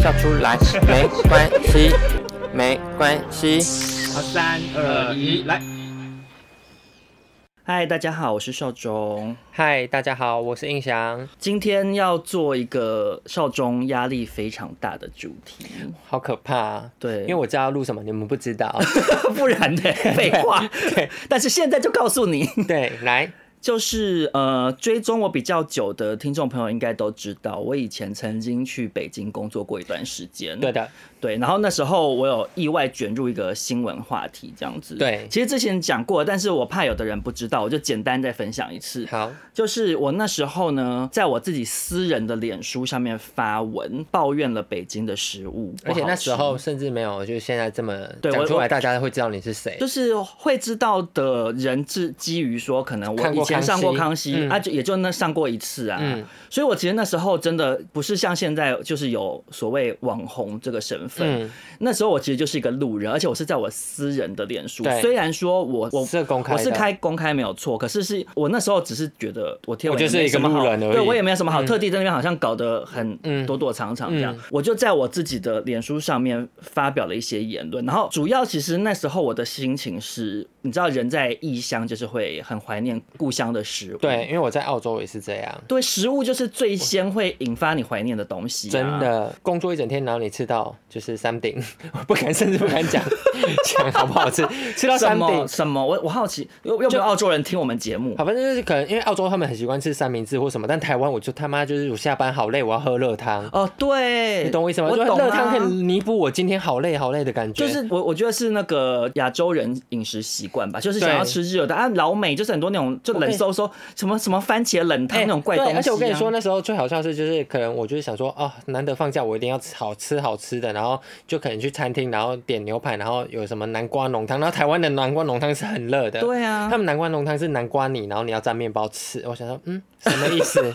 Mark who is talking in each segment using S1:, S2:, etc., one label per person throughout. S1: 笑出来没关系，没关系。
S2: 好，三二一，来！嗨，大家好，我是少中。
S1: 嗨，大家好，我是印翔，
S2: 今天要做一个少中压力非常大的主题，
S1: 好可怕、啊。
S2: 对
S1: 因为我知道要录什么，你们不知 道。
S2: 不 然的废话。
S1: 对
S2: 但是现在就告诉你，
S1: 对，来，
S2: 就是呃，追踪我比较久的听众朋友应该都知道，我以前曾经去北京工作过一段时间。
S1: 对的，
S2: 对，然后那时候我有意外卷入一个新闻话题，这样子。
S1: 对
S2: 其实之前讲过，但是我怕有的人不知道，我就简单再分享一次。
S1: 好，
S2: 就是我那时候呢，在我自己私人的脸书上面发文，抱怨了北京的食物，
S1: 而且
S2: 不好
S1: 那
S2: 吃
S1: 时候甚至没有，就是现在这么
S2: 对
S1: 讲
S2: 我
S1: 出来，
S2: 我
S1: 大家会知道你是谁。
S2: 就是会知道的人是基于说，可能我
S1: 看
S2: 以
S1: 过
S2: 前上过康熙
S1: 康熙嗯
S2: 啊，就也就那上过一次啊，
S1: 嗯
S2: 所以我其实那时候真的不是像现在就是有所谓网红这个身份，
S1: 嗯
S2: 那时候我其实就是一个路人，而且我是在我私人的脸书
S1: 对，
S2: 虽然说我我
S1: 是公开
S2: 我是
S1: 的
S2: 开公开没有错，可是是我那时候只是觉得我贴文
S1: 我就是
S2: 也没
S1: 一个
S2: 什么好
S1: 路人而已
S2: 对我也没有什么好特地在那边好像搞得很
S1: 嗯
S2: 躲躲藏藏这样
S1: 嗯，
S2: 我就在我自己的脸书上面发表了一些言论，然后主要其实那时候我的心情是，你知道人在异乡就是会很怀念故乡的食物，
S1: 对，因为我在澳洲也是这样，
S2: 对，食物就是最先会引发你怀念的东西、啊
S1: 真。的工作一整天，然后你吃到就是 something，我 不敢，甚至不敢 讲讲好不好吃，吃到
S2: 什么
S1: something。
S2: 什么？我我好奇，有有没有澳洲人听我们节目？
S1: 好，反正就是可能因为澳洲他们很习惯吃三明治或什么，但台湾我就他妈就是我下班好累，我要喝热汤，
S2: 哦，对，
S1: 你懂我意思吗？
S2: 我
S1: 就是
S2: 懂、啊，
S1: 热汤可以弥补我今天好累好累的感觉。
S2: 就是我我觉得是那个亚洲人饮食习惯吧，就是想
S1: 对
S2: 要吃热的啊。老美就是很多那种就冷飕飕，什么什么番茄冷汤
S1: 哎
S2: 那种怪东西、啊
S1: 对，而且我跟你说，，那时候最好笑的是，就是可能我就是想说，哦，难得放假，我一定要吃好吃好吃的，然后就可能去餐厅，然后点牛排，然后有什么南瓜浓汤，然后台湾的南瓜浓汤是很热的，
S2: 对啊
S1: 他们南瓜浓汤是南瓜泥，然后你要蘸面包吃，我想说，嗯，什么意思？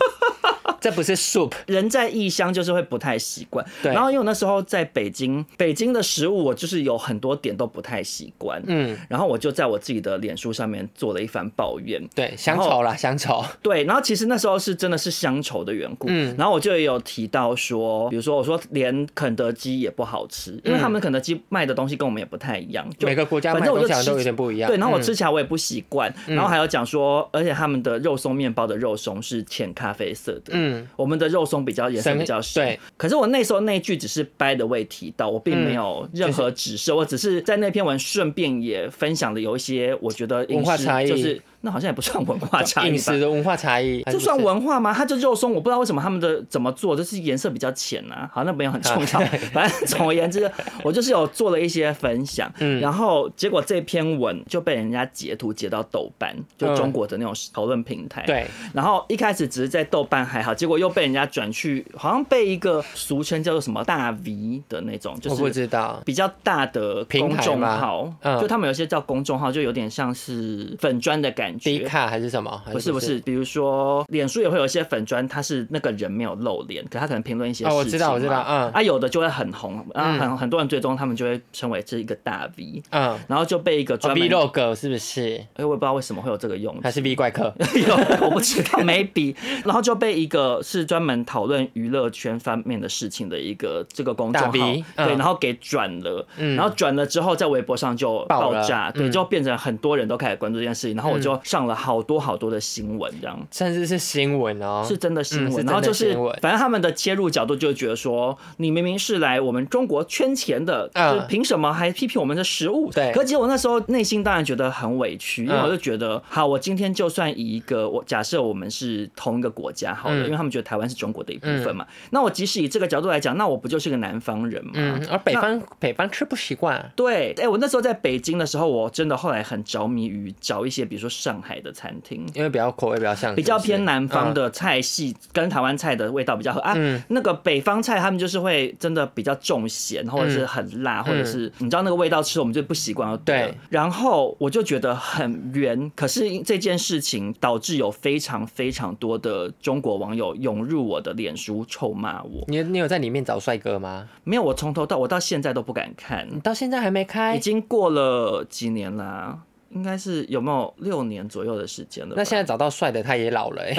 S1: 这不是 soup，
S2: 人在异乡就是会不太习惯。
S1: 对
S2: 然后因为我那时候在北京，北京的食物我就是有很多点都不太习惯，
S1: 嗯，
S2: 然后我就在我自己的脸书上面做了一番抱怨。
S1: 对，乡愁啦，乡愁，
S2: 对，然后其实那时候是真的是乡愁的缘故，
S1: 嗯
S2: 然后我就也有提到说，比如说我说连肯德基也不好吃，因为他们肯德基卖的东西跟我们也不太一样，就
S1: 嗯每个国家
S2: 反
S1: 卖
S2: 正我
S1: 东
S2: 就
S1: 西好像
S2: 吃
S1: 都有点不一样，
S2: 对，然后我
S1: 嗯
S2: 吃起来我也不习惯，然后还有讲说，而且他们的肉松面包的肉松是浅咖啡色的，
S1: 嗯，
S2: 我们的肉松比较颜色
S1: 深
S2: 比较深。
S1: 对，
S2: 可是我那时候那一句只是 by the way 提到，我并
S1: 嗯
S2: 没有任何指示，我只是在那篇文顺便也分享了有一些我觉得饮食
S1: 文化差异
S2: 就是那好像也不算文化啊差异
S1: 饮
S2: 吧。
S1: 食的文化差异，哎还
S2: 这算
S1: 是不是
S2: 文化吗？它就肉松，我不知道为什么他们的怎么做，就是颜色比较浅啊。好，那没有很重要。反正总而 言之，我就是有做了一些分享，
S1: 嗯
S2: 然后结果这篇文就被人家截图截到豆瓣，就
S1: 嗯
S2: 中国的那种讨论平台。
S1: 对。
S2: 然后一开始只是在豆瓣还好，结果又被人家转去，好像被一个俗称叫做什么大 V 的那种，就
S1: 我不知
S2: 是
S1: 道，
S2: 比较大的
S1: 平
S2: 公
S1: 台
S2: 众
S1: 吗
S2: 号，
S1: 嗯
S2: 就他们有些叫公众号，就有点像是粉砖的感
S1: 低
S2: 觉。
S1: 卡还是什么？还
S2: 不是不
S1: 是
S2: 是，比如说脸书也会有一些粉砖，它是那个人没有露脸，可他可能评论一些事情
S1: 哦
S2: 嘛、
S1: 我知道我知道嗯
S2: 啊，有的就会很红，啊，很很多人追踪，他们就会成为这一个大 V，
S1: 嗯
S2: 然后就被一个专
S1: 哦
S2: 门，哎、
S1: ，vlog 是不是？
S2: 我也不知道为什么会有这 个用
S1: 还
S2: 词。
S1: 是 V 怪 客？
S2: 有，我不知道，maybe，然后就被一个是专门讨论娱乐圈方面的事情的一个这个公众
S1: 大
S2: 号，对
S1: V，，嗯
S2: 然后给转了，然后转了之后在微博上就
S1: 爆
S2: 爆
S1: 了
S2: 炸，对，
S1: 嗯
S2: 就变成很多人都开始关注这件事情，然后我就上了好多好多的新闻这样。
S1: 甚至是新闻哦，
S2: 是真的新
S1: 嗯是
S2: 闻，
S1: 真的
S2: 然后就是
S1: 新闻
S2: 反正他们的切入角度就觉得说，你明明是来我们中国圈钱的，
S1: 嗯
S2: 就凭什么还批评我们的食物？
S1: 对
S2: 可其实我那时候内心当然觉得很委屈，因为
S1: 嗯
S2: 我就觉得，好，我今天就算以一个我假设我们是同一个国家好了，
S1: 嗯
S2: 因为他们觉得台湾是中国的一部分嘛，那我即使以这个角度来讲，那我不就是个南方人吗？
S1: 嗯，而北方北方吃不习惯，
S2: 对，哎、我那时候在北京的时候，我真的后来很着迷于找一些，比如说上海的餐厅，
S1: 因为比较口味比较像是不是，
S2: 比较偏南方
S1: 嗯。
S2: 的菜系跟台湾菜的味道比较合啊。
S1: 嗯
S2: 那个北方菜他们就是会真的比较重咸，或者
S1: 嗯
S2: 是很辣，或者是你知道那个味道吃我们就不习惯了。
S1: 对
S2: 了然后我就觉得很冤，可是这件事情导致有非常非常多的中国网友涌入我的脸书臭骂我，
S1: 你你有在里面找帅哥吗？
S2: 没有，我从头到我到现在都不敢看，
S1: 你到现在还没开
S2: 已？经过了几年啦、应该是有没有六年左右的时间了吧？
S1: 那现在找到帅的他也老了、 欸，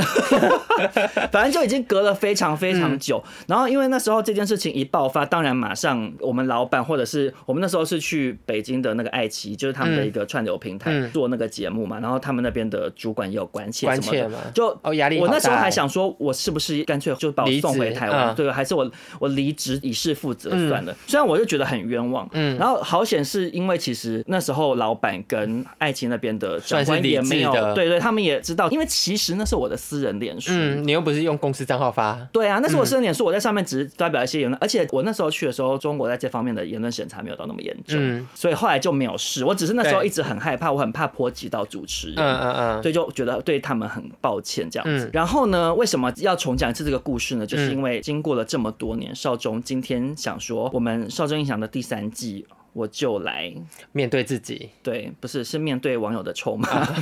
S2: 反正就已经隔了非常非
S1: 嗯
S2: 常久。然后因为那时候这件事情一爆发，当然马上我们老板或者是我们那时候是去北京的那个爱奇艺，就是他们的一个串流平台、
S1: 嗯
S2: 做那个节目嘛，然后他们那边的主管也有关切什
S1: 关
S2: 么
S1: 切
S2: 的。
S1: 吗？
S2: 就
S1: 哦压力
S2: 我
S1: 好
S2: 那时候
S1: 大
S2: 还
S1: 哦
S2: 想说，我是不是干脆就把我
S1: 离职
S2: 送回台湾？
S1: 嗯
S2: 对，还是我我离职以示负责算了。虽然我就觉得很冤枉，
S1: 嗯
S2: 然后好险是因为其实那时候老板跟爱情那边的长
S1: 算是
S2: 官也
S1: 理
S2: 没
S1: 智
S2: 有，
S1: 的
S2: 对对，他们也知道，因为其实那是我的私人脸书，
S1: 嗯，你又不是用公司账号发，
S2: 对啊，那是我私人脸书，我在上面只是发表一些言论，而且我那时候去的时候，中国在这方面的言论审查没有到那么严重，
S1: 嗯
S2: 所以后来就没有事。我只是那时候
S1: 对
S2: 一直很害怕，我很怕波及到主持人。
S1: 嗯嗯嗯，
S2: 所以就觉得对他们很抱歉这样子。
S1: 嗯
S2: 然后呢，为什么要重讲一次这个故事呢？就是
S1: 嗯
S2: 因为经过了这么多年，少中今天想说，我们少中印象的第三季，我就来，
S1: 面对自己，
S2: 对，不是是面对网友的臭骂，
S1: 啊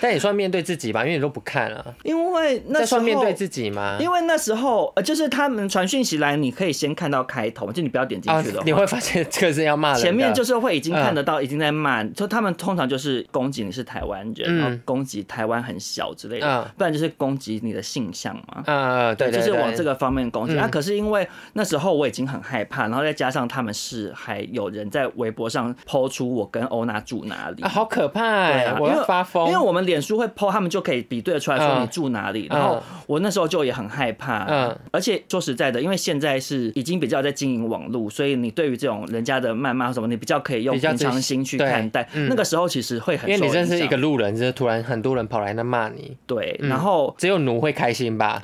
S1: 但也算面对自己吧，因为你都不看了，
S2: 因为那
S1: 这
S2: 时候
S1: 算面对自己吗？
S2: 因为那时候呃，就是他们传讯息来，你可以先看到开头，就你不要点进
S1: 啊
S2: 去的，话。
S1: 你会发现这个是要骂人的，
S2: 前面就是是会已经看得到，已经在骂，就他们通常就是攻击你是台湾
S1: 嗯
S2: 人，然后攻击台湾很小之类的
S1: 嗯，
S2: 不然就是攻击你的性向嘛。
S1: 嗯嗯对对，
S2: 就是
S1: 对
S2: 往这个方面攻击。
S1: 嗯
S2: 那、可是因为那时候我已经很害怕，然后再加上他们是还有人在微博上抛出我跟欧娜住哪里
S1: 啊，。好可怕、欸，
S2: 对啊，
S1: 我
S2: 因
S1: 要
S2: 为
S1: 发疯，
S2: 因为我们脸书会 PO，他们就可以比对出来说
S1: 嗯
S2: 你住哪里。然后我那时候就也很害怕，
S1: 嗯
S2: 而且说实在的，因为现在是已经比较在经营网络，所以你对于这种人家的谩骂什么，你比较可以用
S1: 比较
S2: 平
S1: 自
S2: 常心去
S1: 对
S2: 看待。
S1: 嗯
S2: 那个时候其实会很
S1: 因为
S2: 受
S1: 你认识
S2: 影
S1: 一个嗯
S2: 响
S1: 路人，就是突然很多人跑来那骂你，
S2: 对，然后
S1: 只有奴会开心 吧？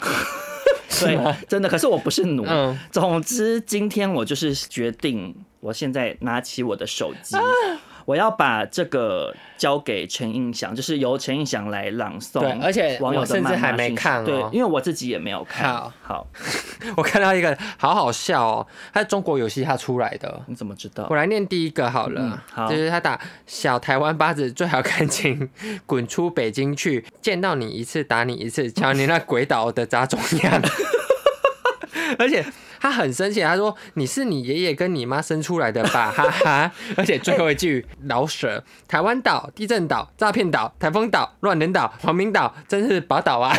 S2: 对，真的，可是我不是奴。
S1: 嗯，
S2: 总之，今天我就是决定，我现在拿起我的手机，
S1: 啊
S2: 我要把这个交给陈映祥，就是由陈映祥来朗诵。
S1: 对而且
S2: 网友
S1: 我
S2: 的
S1: 甚至
S2: 谩骂
S1: 还没
S2: 讯息
S1: 看哦
S2: 对，因为我自己也没有看。
S1: 好，
S2: 好，
S1: 我看到一个好好笑哦，他是中国游戏他出来的。
S2: 你怎么知道
S1: 我？来念第一个好了，
S2: 嗯好
S1: 就是他打小台湾八子最好看清，滚出北京去，见到你一次打你一次，瞧你那鬼岛的杂种样。 而且他很生气，他说你是你爷爷跟你妈生出来的吧，哈 哈。而且最后一句老舍，台湾岛、地震岛、诈骗岛、台风岛、乱人岛、黄明岛，真是宝岛 啊！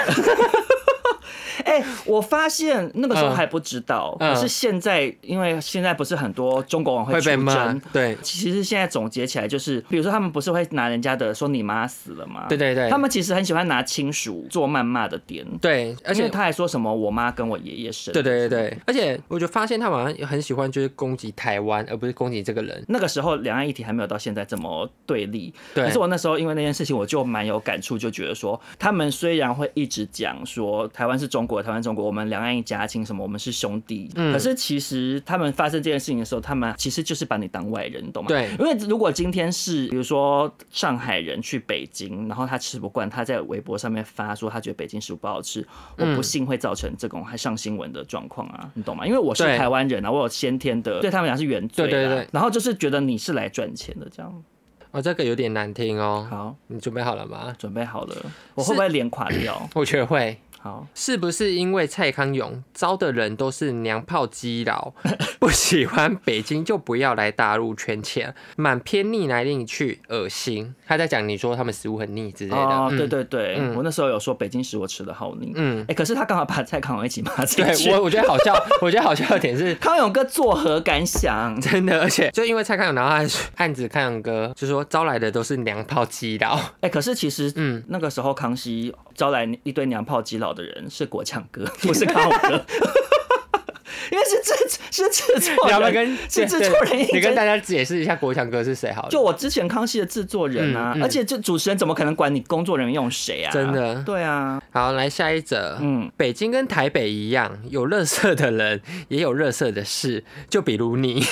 S2: 哎、我发现那个时候
S1: 嗯
S2: 还不知道，
S1: 嗯
S2: 可是现在，因为现在不是很多中国网
S1: 会
S2: 出
S1: 被骂
S2: 征。，
S1: 对。
S2: 其实现在总结起来就是，比如说他们不是会拿人家的说你妈死了吗？
S1: 对对对
S2: 啊他们其实很喜欢拿亲属做谩骂的点。
S1: 哎对，而
S2: 而且
S1: 且
S2: 他还说什么我妈跟我爷爷生，
S1: 对对对对，而且我就发现他们好像很喜欢就是攻击台湾，而不是攻击这个人。
S2: 那个时候两岸议题还没有到现在这么对立，
S1: 对
S2: 可是我那时候因为那件事情，我就蛮有感触，就觉得说，他们虽然会一直讲说台湾是中国，台湾中国，我们两岸一家亲，什么我们是兄弟，
S1: 嗯
S2: 可是其实他们发生这件事情的时候，他们其实就是把你当外人，你懂吗？
S1: 对
S2: 因为如果今天是比如说上海人去北京，然后他吃不惯，他在微博上面发说他觉得北京食物不好吃，
S1: 嗯
S2: 我不信会造成这种还上新闻的状况啊，你懂吗？因为我是
S1: 对
S2: 台湾人啊，我有先天的，对他们俩是原罪啦，
S1: 对对对
S2: 然后就是觉得你是来赚钱的这样。
S1: 哦，这个有点难听哦。
S2: 好，
S1: 你准备好了吗？
S2: 准备好了，我会不会脸垮 掉？
S1: 我觉得会。
S2: 好，
S1: 是不是因为蔡康永招的人都是娘炮基佬， 不喜欢北京就不要来大陆圈钱，满偏逆来逆去，恶心。他在讲你说他们食物很腻之类的，
S2: 哦，
S1: 嗯
S2: 对对对，
S1: 嗯
S2: 我那时候有说北京食我吃的好腻，
S1: 嗯
S2: 哎、可是他刚好把蔡康永一起骂进
S1: 对
S2: 去，
S1: 我我觉得好笑， 我觉得好笑的点是
S2: 康永哥作何感 想？
S1: 真的，而且就因为蔡康永，然后他还说汉子康永哥就说招来的都是娘炮基佬，
S2: 哎、可是其实，嗯
S1: 嗯，
S2: 那个时候康熙招来一堆娘炮基佬的人是国强 哥，不是康永哥。 因为是制是 制作
S1: 你要不要
S2: 人，
S1: 跟
S2: 是制
S1: 对
S2: 作
S1: 对
S2: 人
S1: 你
S2: 应
S1: 跟
S2: 征
S1: 大家解释一下国强哥是谁好了？
S2: 就我之前康熙的制作人啊，
S1: 嗯嗯
S2: 而且这主持人怎么可能管你工作人员用谁啊？
S1: 真的
S2: 对啊，
S1: 好，来下一则。
S2: 嗯，
S1: 北京跟台北一样，有乐色的人， 也有乐色的事。就比如你，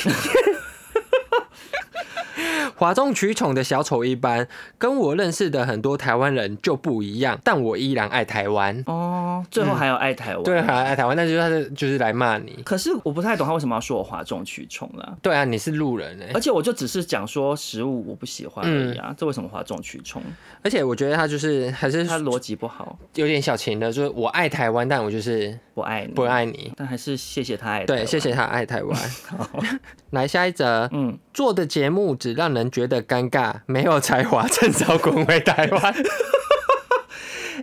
S1: 哗众取宠的小丑一般，跟我认识的很多台湾人就不一样，但我依然爱台湾。
S2: 哦，最后还有爱台湾。
S1: 对，啊还爱台湾，但就是他是就是来骂你。
S2: 可是我不太懂他为什么要说我哗众取宠啦。
S1: 对啊，你是路人哎、嗯
S2: 而且我就只是讲说食物我不喜欢而已啊，这为什么哗众取宠？
S1: 而且我觉得他就是还是
S2: 他逻辑不好，
S1: 有点小情的，就是我爱台湾，但我就是
S2: 不爱你，
S1: 不，爱你。
S2: 但还是谢谢他爱。
S1: 对，谢。谢他爱台湾。
S2: 好，
S1: 来下一则，
S2: 嗯，
S1: 做的节目只让人觉得尴尬，没有才华，趁早滚回台 湾。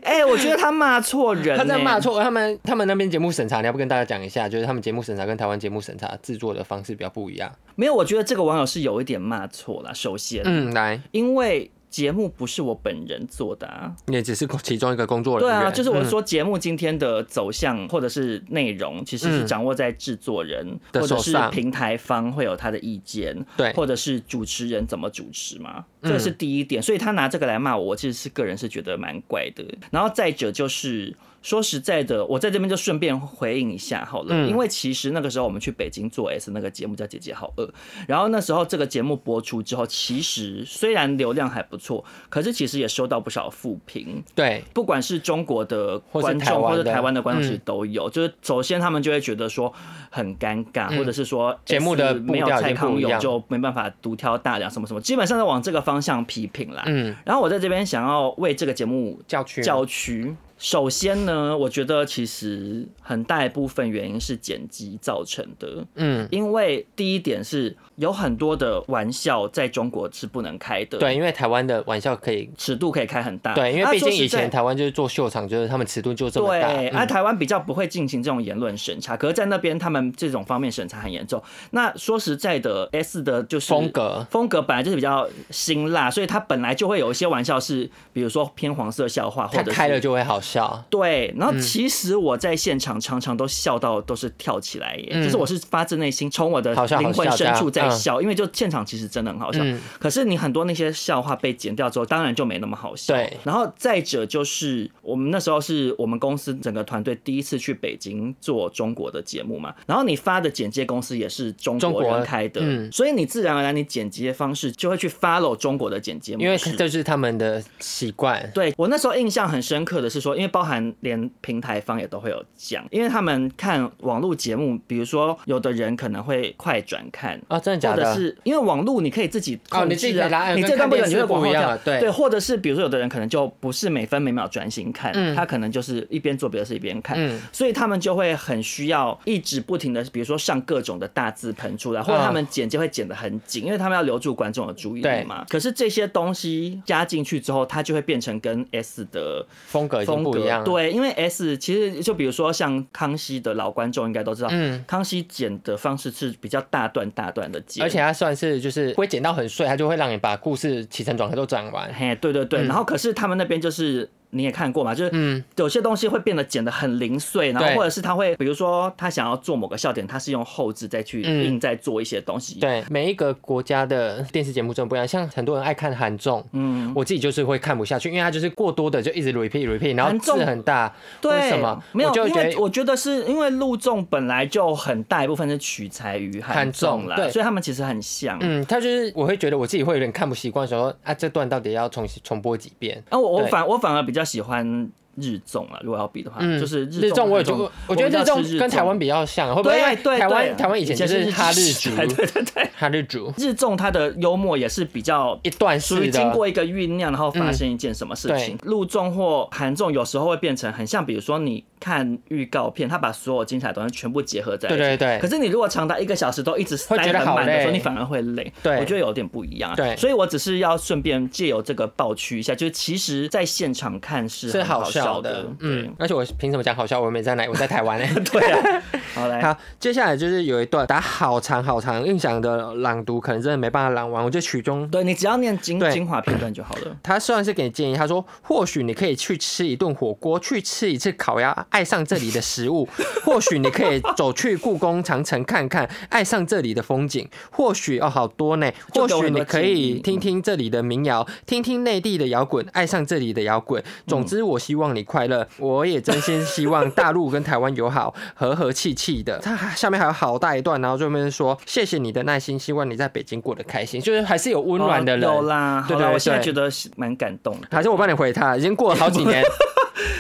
S2: 哎、我觉得他骂错人、 欸
S1: 他在骂。错，他们他们那边节目审查，你要不跟大家讲一下，就是他们节目审查跟台湾节目审查制作的方式比较不一样。
S2: 没有，我觉得这个网友是有一点骂错了。首先，
S1: 嗯，来，
S2: 因为节目不是我本人做的啊。
S1: 你也只是其中一个工作人
S2: 对
S1: 员。
S2: 啊，就是我
S1: 嗯
S2: 说节目今天的走向或者是内容，其实是
S1: 嗯
S2: 掌握在制作人
S1: 的
S2: 或者
S1: 手
S2: 是
S1: 上
S2: 平台方会有他的意见，
S1: 对
S2: 或者是主持人怎么主持嘛，
S1: 嗯
S2: 这个是第一点。所以他拿这个来骂我，我其实是个人是觉得蛮怪的。然后再者就是。说实在的，我在这边就顺便回应一下好了，
S1: 嗯
S2: 因为其实那个时候我们去北京做 S 那个节目叫《姐姐好饿》，然后那时候这个节目播出之后，其实虽然流量还不错，可是其实也收到不少负评。
S1: 对，
S2: 不管是中国的观众
S1: 或
S2: 或
S1: 是台湾的
S2: 者台湾的观众，其实
S1: 嗯
S2: 都有。就是首先他们就会觉得说很尴尬，
S1: 嗯
S2: 或者是说
S1: 节目的
S2: S 没有
S1: 步调已
S2: 蔡
S1: 经不
S2: 康
S1: 一样
S2: 永就没办法独挑大梁什么什么，基本上在往这个方向批评啦。
S1: 嗯，
S2: 然后我在这边想要为这个节目
S1: 教区
S2: 叫屈。首先呢，我觉得其实很大一部分原因是剪辑造成的。
S1: 嗯，
S2: 因为第一点是有很多的玩笑在中国是不能开的，
S1: 对，，因为台湾的玩笑可以，
S2: 尺度可以开很大。
S1: 对，因为
S2: 啊
S1: 毕
S2: 说
S1: 竟
S2: 实
S1: 以前
S2: 在
S1: 台湾就是做秀场，就是他们尺度就这么大。
S2: 对，
S1: 嗯
S2: 啊，台湾比较不会进行这种言论审查，可是，在那边他们这种方面审查很严重。那说实在的，S 的就是
S1: 风格
S2: 风格本来就是比较辛辣，所以他本来就会有一些玩笑是，比如说偏黄色笑话，或
S1: 他
S2: 者是
S1: 开了就会嗯好笑。
S2: 对，然后其实我在现场常常都笑到都是跳起来耶，
S1: 嗯
S2: 就是我是发自内心从我的
S1: 好笑
S2: 灵魂
S1: 好笑
S2: 深处
S1: 这
S2: 在
S1: 样嗯
S2: 笑，因为就现场其实真的很好笑。
S1: 嗯
S2: 可是你很多那些笑话被剪掉之后，当然就没那么好笑。
S1: 对
S2: 然后再者就是我们那时候是我们公司整个团队第一次去北京做中国的节目嘛，然后你发的简介公司也是中
S1: 中
S2: 国
S1: 国
S2: 人开的，
S1: 嗯
S2: 所以你自然而然你剪辑的方式就会去 follow 中国的剪接模
S1: 嗯
S2: 式，
S1: 因为这是他们的习惯。
S2: 对我那时候印象很深刻的是说，因为包含连平台方也都会有讲，因为他们看网络节目，比如说有的人可能会快转看。
S1: 啊，真的假
S2: 或者
S1: 的？
S2: 是因为网络你可以自己控制、啊
S1: 哦你自己可以拉
S2: 你
S1: 跟
S2: 这段
S1: 看
S2: 不
S1: 电
S2: 能你
S1: 视
S2: 会往
S1: 不一
S2: 后
S1: 样
S2: 跳
S1: 啊对
S2: 对，或者是比如说有的人可能就不是每分每秒专心看，
S1: 嗯
S2: 他可能就是一边做别的事一边看，
S1: 嗯
S2: 所以他们就会很需要一直不停的，比如说上各种的大字喷出来，或者
S1: 嗯
S2: 他们剪接会剪得很紧，因为他们要留住观众的注意
S1: 对
S2: 力嘛。可是这些东西加进去之后，它就会变成跟 S 的
S1: 风格已经
S2: 风
S1: 不一样了。
S2: 格对，因为 S 其实就比如说像康熙的老观众应该都知道，
S1: 嗯
S2: 康熙剪的方式是比较大段大段的剪，
S1: 而且他算是就是会剪到很碎，他就会让你把故事起承转合都讲完。
S2: 嘿，对对对，然后可是他们那边就是。你也看过嘛，就是
S1: 嗯
S2: 有些东西会变得剪得很零碎，然后
S1: 对
S2: 或者是他会，比如说他想要做某个笑点，他是用后置再去
S1: 嗯
S2: 硬再做一些东西。，
S1: 对，每一个国家的电视节目真的不一样，像很多人爱看韩综，
S2: 嗯，
S1: 我自己就是会看不下去，因为它就是过多的就一直 repeat repeat，然后
S2: 韩综
S1: 字很大，为
S2: 对，
S1: 什么？
S2: 没有
S1: 我，就会
S2: 因
S1: 觉
S2: 为
S1: 得。
S2: 我觉得是因为陆众本来就很大一部分是取材于
S1: 韩
S2: 韩
S1: 综
S2: 综啦
S1: 对，
S2: 所以他们其实很像。
S1: 嗯，他就是我会觉得我自己会有点看不习惯，想说啊，这段到底要重新重播几遍？
S2: 啊，我我
S1: 对
S2: 反我反而比较喜欢日综啊，如果要比的话，
S1: 嗯，
S2: 就是
S1: 日
S2: 综
S1: 我有
S2: 有
S1: 觉得，我觉得日综跟台湾比较像，会不会因为
S2: 对对
S1: 台
S2: 对
S1: 湾台湾以前就
S2: 以前
S1: 是
S2: 是
S1: 哈日
S2: 日
S1: 族
S2: 剧， 对对对，
S1: 哈日族
S2: 日综它的幽默也是比较
S1: 一段
S2: 属于
S1: 式
S2: 经
S1: 的，
S2: 过一个酝酿，然后发生一件什么事情。陆综或韩综有时候会变成很像，比如说你看预告片，它把所有精彩的东西全部结合在一
S1: 对
S2: 起。
S1: 对对
S2: 可，是你如果长达一个小时都一直塞
S1: 会觉得
S2: 很
S1: 好
S2: 满的时候，
S1: 累
S2: 你反而会累。
S1: 对
S2: 我觉得有点不一样啊。
S1: 对
S2: 所以我只是要顺便借由这个爆区一下，就是其实在现场看是
S1: 是
S2: 很好
S1: 好笑
S2: 的。
S1: 的，
S2: 对
S1: 嗯，，而且我凭什么讲好笑？我没在哪，我在台 湾嘞。
S2: 对啊。好来，
S1: 好，接下来就是有一段打好长好长，印象的朗读可能真的没办法朗完，我就取中。
S2: 对你只要念精
S1: 对
S2: 精华片段就好了。
S1: 他虽然是给你建议，他说或许你可以去吃一顿火锅，去吃一次烤鸭，爱上这里的食 物；或许你可以走去故宫长城看看，爱上这里的风景；或许哦好多呢，
S2: 就
S1: 或
S2: 给我
S1: 许
S2: 很多
S1: 你可
S2: 建
S1: 以
S2: 议
S1: 听听这里的民谣，听听内地的摇滚，爱上这里的摇滚。总之，我希望你快乐，我也真心希望大陆跟台湾友好，和和气气。 气的。他还下面还有好大一段，然后这边说谢谢你的耐心，希望你在北京过得开心，就是还是有温暖的人。
S2: 哦有啦，
S1: 对
S2: 好
S1: 对
S2: 啦，
S1: 对，
S2: 我现在觉得是蛮感动的。
S1: 还是我帮你回他，已经过了好几 年。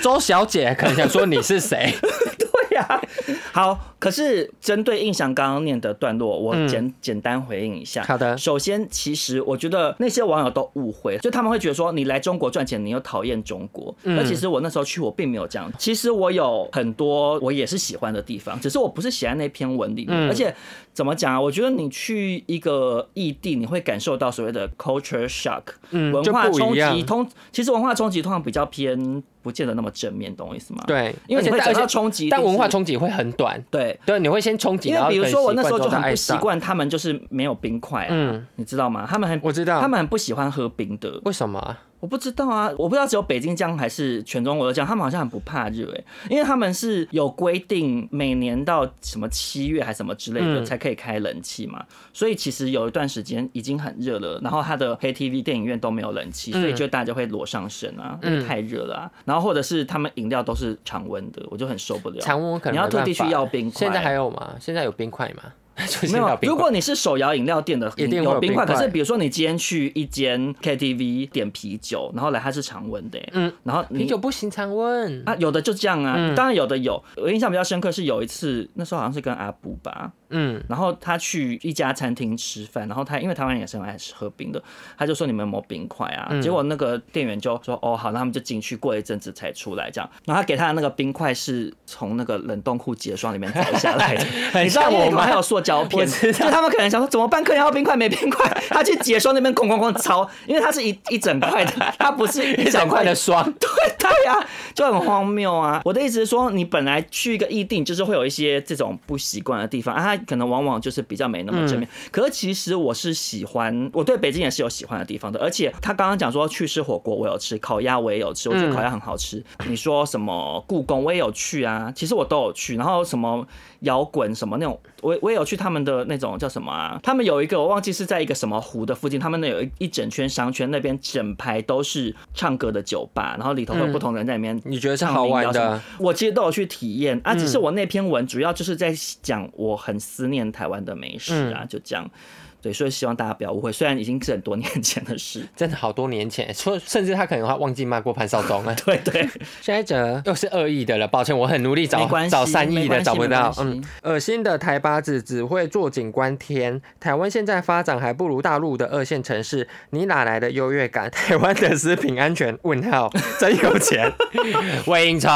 S1: 周小姐可能想说你是谁？
S2: 对呀、 好，可是针对印象刚刚念的段落，我
S1: 嗯
S2: 简、简单回应一下。
S1: 好的
S2: 首先，其实我觉得那些网友都误会，就他们会觉得说你来中国赚钱，你又讨厌中国。
S1: 嗯
S2: 而其实我那时候去，我并没有这样。其实我有很多我也是喜欢的地方，只是我不是喜欢那篇文里面。
S1: 嗯
S2: 而且怎么讲啊？我觉得你去一个异地，你会感受到所谓的 culture shock，、
S1: 嗯
S2: 文化
S1: 就不一
S2: 冲击。
S1: 样
S2: 通其实文化冲击通常比较偏，不见得那么正面，懂我意思吗？。
S1: 对，
S2: 因为你会
S1: 而且
S2: 感
S1: 而
S2: 到
S1: 且
S2: 冲击一定
S1: 但文化
S2: 是
S1: 冲击会很短。
S2: 对，
S1: 对，你会先冲击，
S2: 因
S1: 然
S2: 为
S1: 后
S2: 比如
S1: 很
S2: 说我
S1: 习
S2: 那时候
S1: 惯
S2: 就
S1: 之后
S2: 很
S1: 再
S2: 不
S1: 爱
S2: 习
S1: 上。
S2: 惯他们就是没有冰块、啊，
S1: 嗯
S2: 你知道吗？他们很
S1: 我知道
S2: 他们很不喜欢喝冰的。
S1: 为什么啊？
S2: 我不知道啊，我不知道只有北京这样还是全中国都这样，他们好像很不怕热诶、因为他们是有规定每年到什么七月还什么之类的
S1: 嗯
S2: 才可以开冷气嘛，所以其实有一段时间已经很热了，然后它的 KTV 电影院都没有冷
S1: 嗯
S2: 气，所以就大家会裸上身啊，因为太热了啊，然后或者是他们饮料都是常温的，我就很受不了。
S1: 常温我可能
S2: 啊你要
S1: 没办
S2: 特地去
S1: 法
S2: 要冰块，
S1: 现在还有吗？现在有冰块吗？ 就现
S2: 没
S1: 在
S2: 有，啊
S1: 冰
S2: 如
S1: 块
S2: 果你是手摇饮料店的，
S1: 一定会有
S2: 有冰块。
S1: 冰块
S2: 可是比如说你今天去一间 KTV 点啤酒，然后来它是常温的、嗯，然后你
S1: 啤酒不嗯行常温，
S2: 啊，有的就这样啊，当然有的有。我印象比较深刻是有一次，那时候好像是跟阿布吧，
S1: 嗯，
S2: 然后他去一家餐厅吃饭，然后他因为台湾人也是很爱喝冰的，他就说你们有没有冰块啊？
S1: 嗯
S2: 结果那个店员就说哦好，那他们就进去，过一阵子才出来这样。然后他给他的那个冰块是从那个冷冻库结霜里面找哎下来的，你知道
S1: 像
S2: 因为
S1: 我
S2: 里面
S1: 妈
S2: 还 有塑胶片，
S1: 我知
S2: 就他们可能想说怎么办，客人要冰块没冰块，他去结霜那边哐哐哐敲，因为它是一一整 块的，它不是一
S1: 一整块的 霜。
S2: 对对呀、就很荒谬啊！我的意思是说，你本来去一个异地，就是会有一些这种不习惯的地方啊，它可能往往就是比较没那么正面。可是其实我是喜欢，我对北京也是有喜欢的地方的。而且他刚刚讲说去吃火锅，我有吃烤鸭，我也有吃，我觉得烤鸭很好吃。你说什么故宫，我也有去啊，其实我都有去。然后什么摇滚什么那种，我我也有去他们的那种叫什么啊？他们有一个我忘记是在一个什么湖的附近，他们那有一一整圈商圈，那边整排都是唱歌的酒吧，然后里头会有不同人在里面、
S1: 你觉嗯得是好玩的？嗯
S2: 我其实都有去体验啊，只是我那篇文主要就是在讲我很思念台湾的美食啊，
S1: 嗯
S2: 就这样。对，所以希望大家不要误会，虽然已经是很多年前的事。
S1: 真的好多年前，说甚至他可能还忘记骂过潘少忠了。
S2: 对对，
S1: 现在者又是恶意的了，抱歉，我很努力找
S2: 没关系
S1: 找善意
S2: 没
S1: 的
S2: 关系
S1: 找不到
S2: 没关。系
S1: 嗯，恶心的台巴子只会坐井观天，台湾现在发展还不如大陆的二线城市，你哪来的优越感？ 台湾的食品安全问 号，真有钱。魏应冲，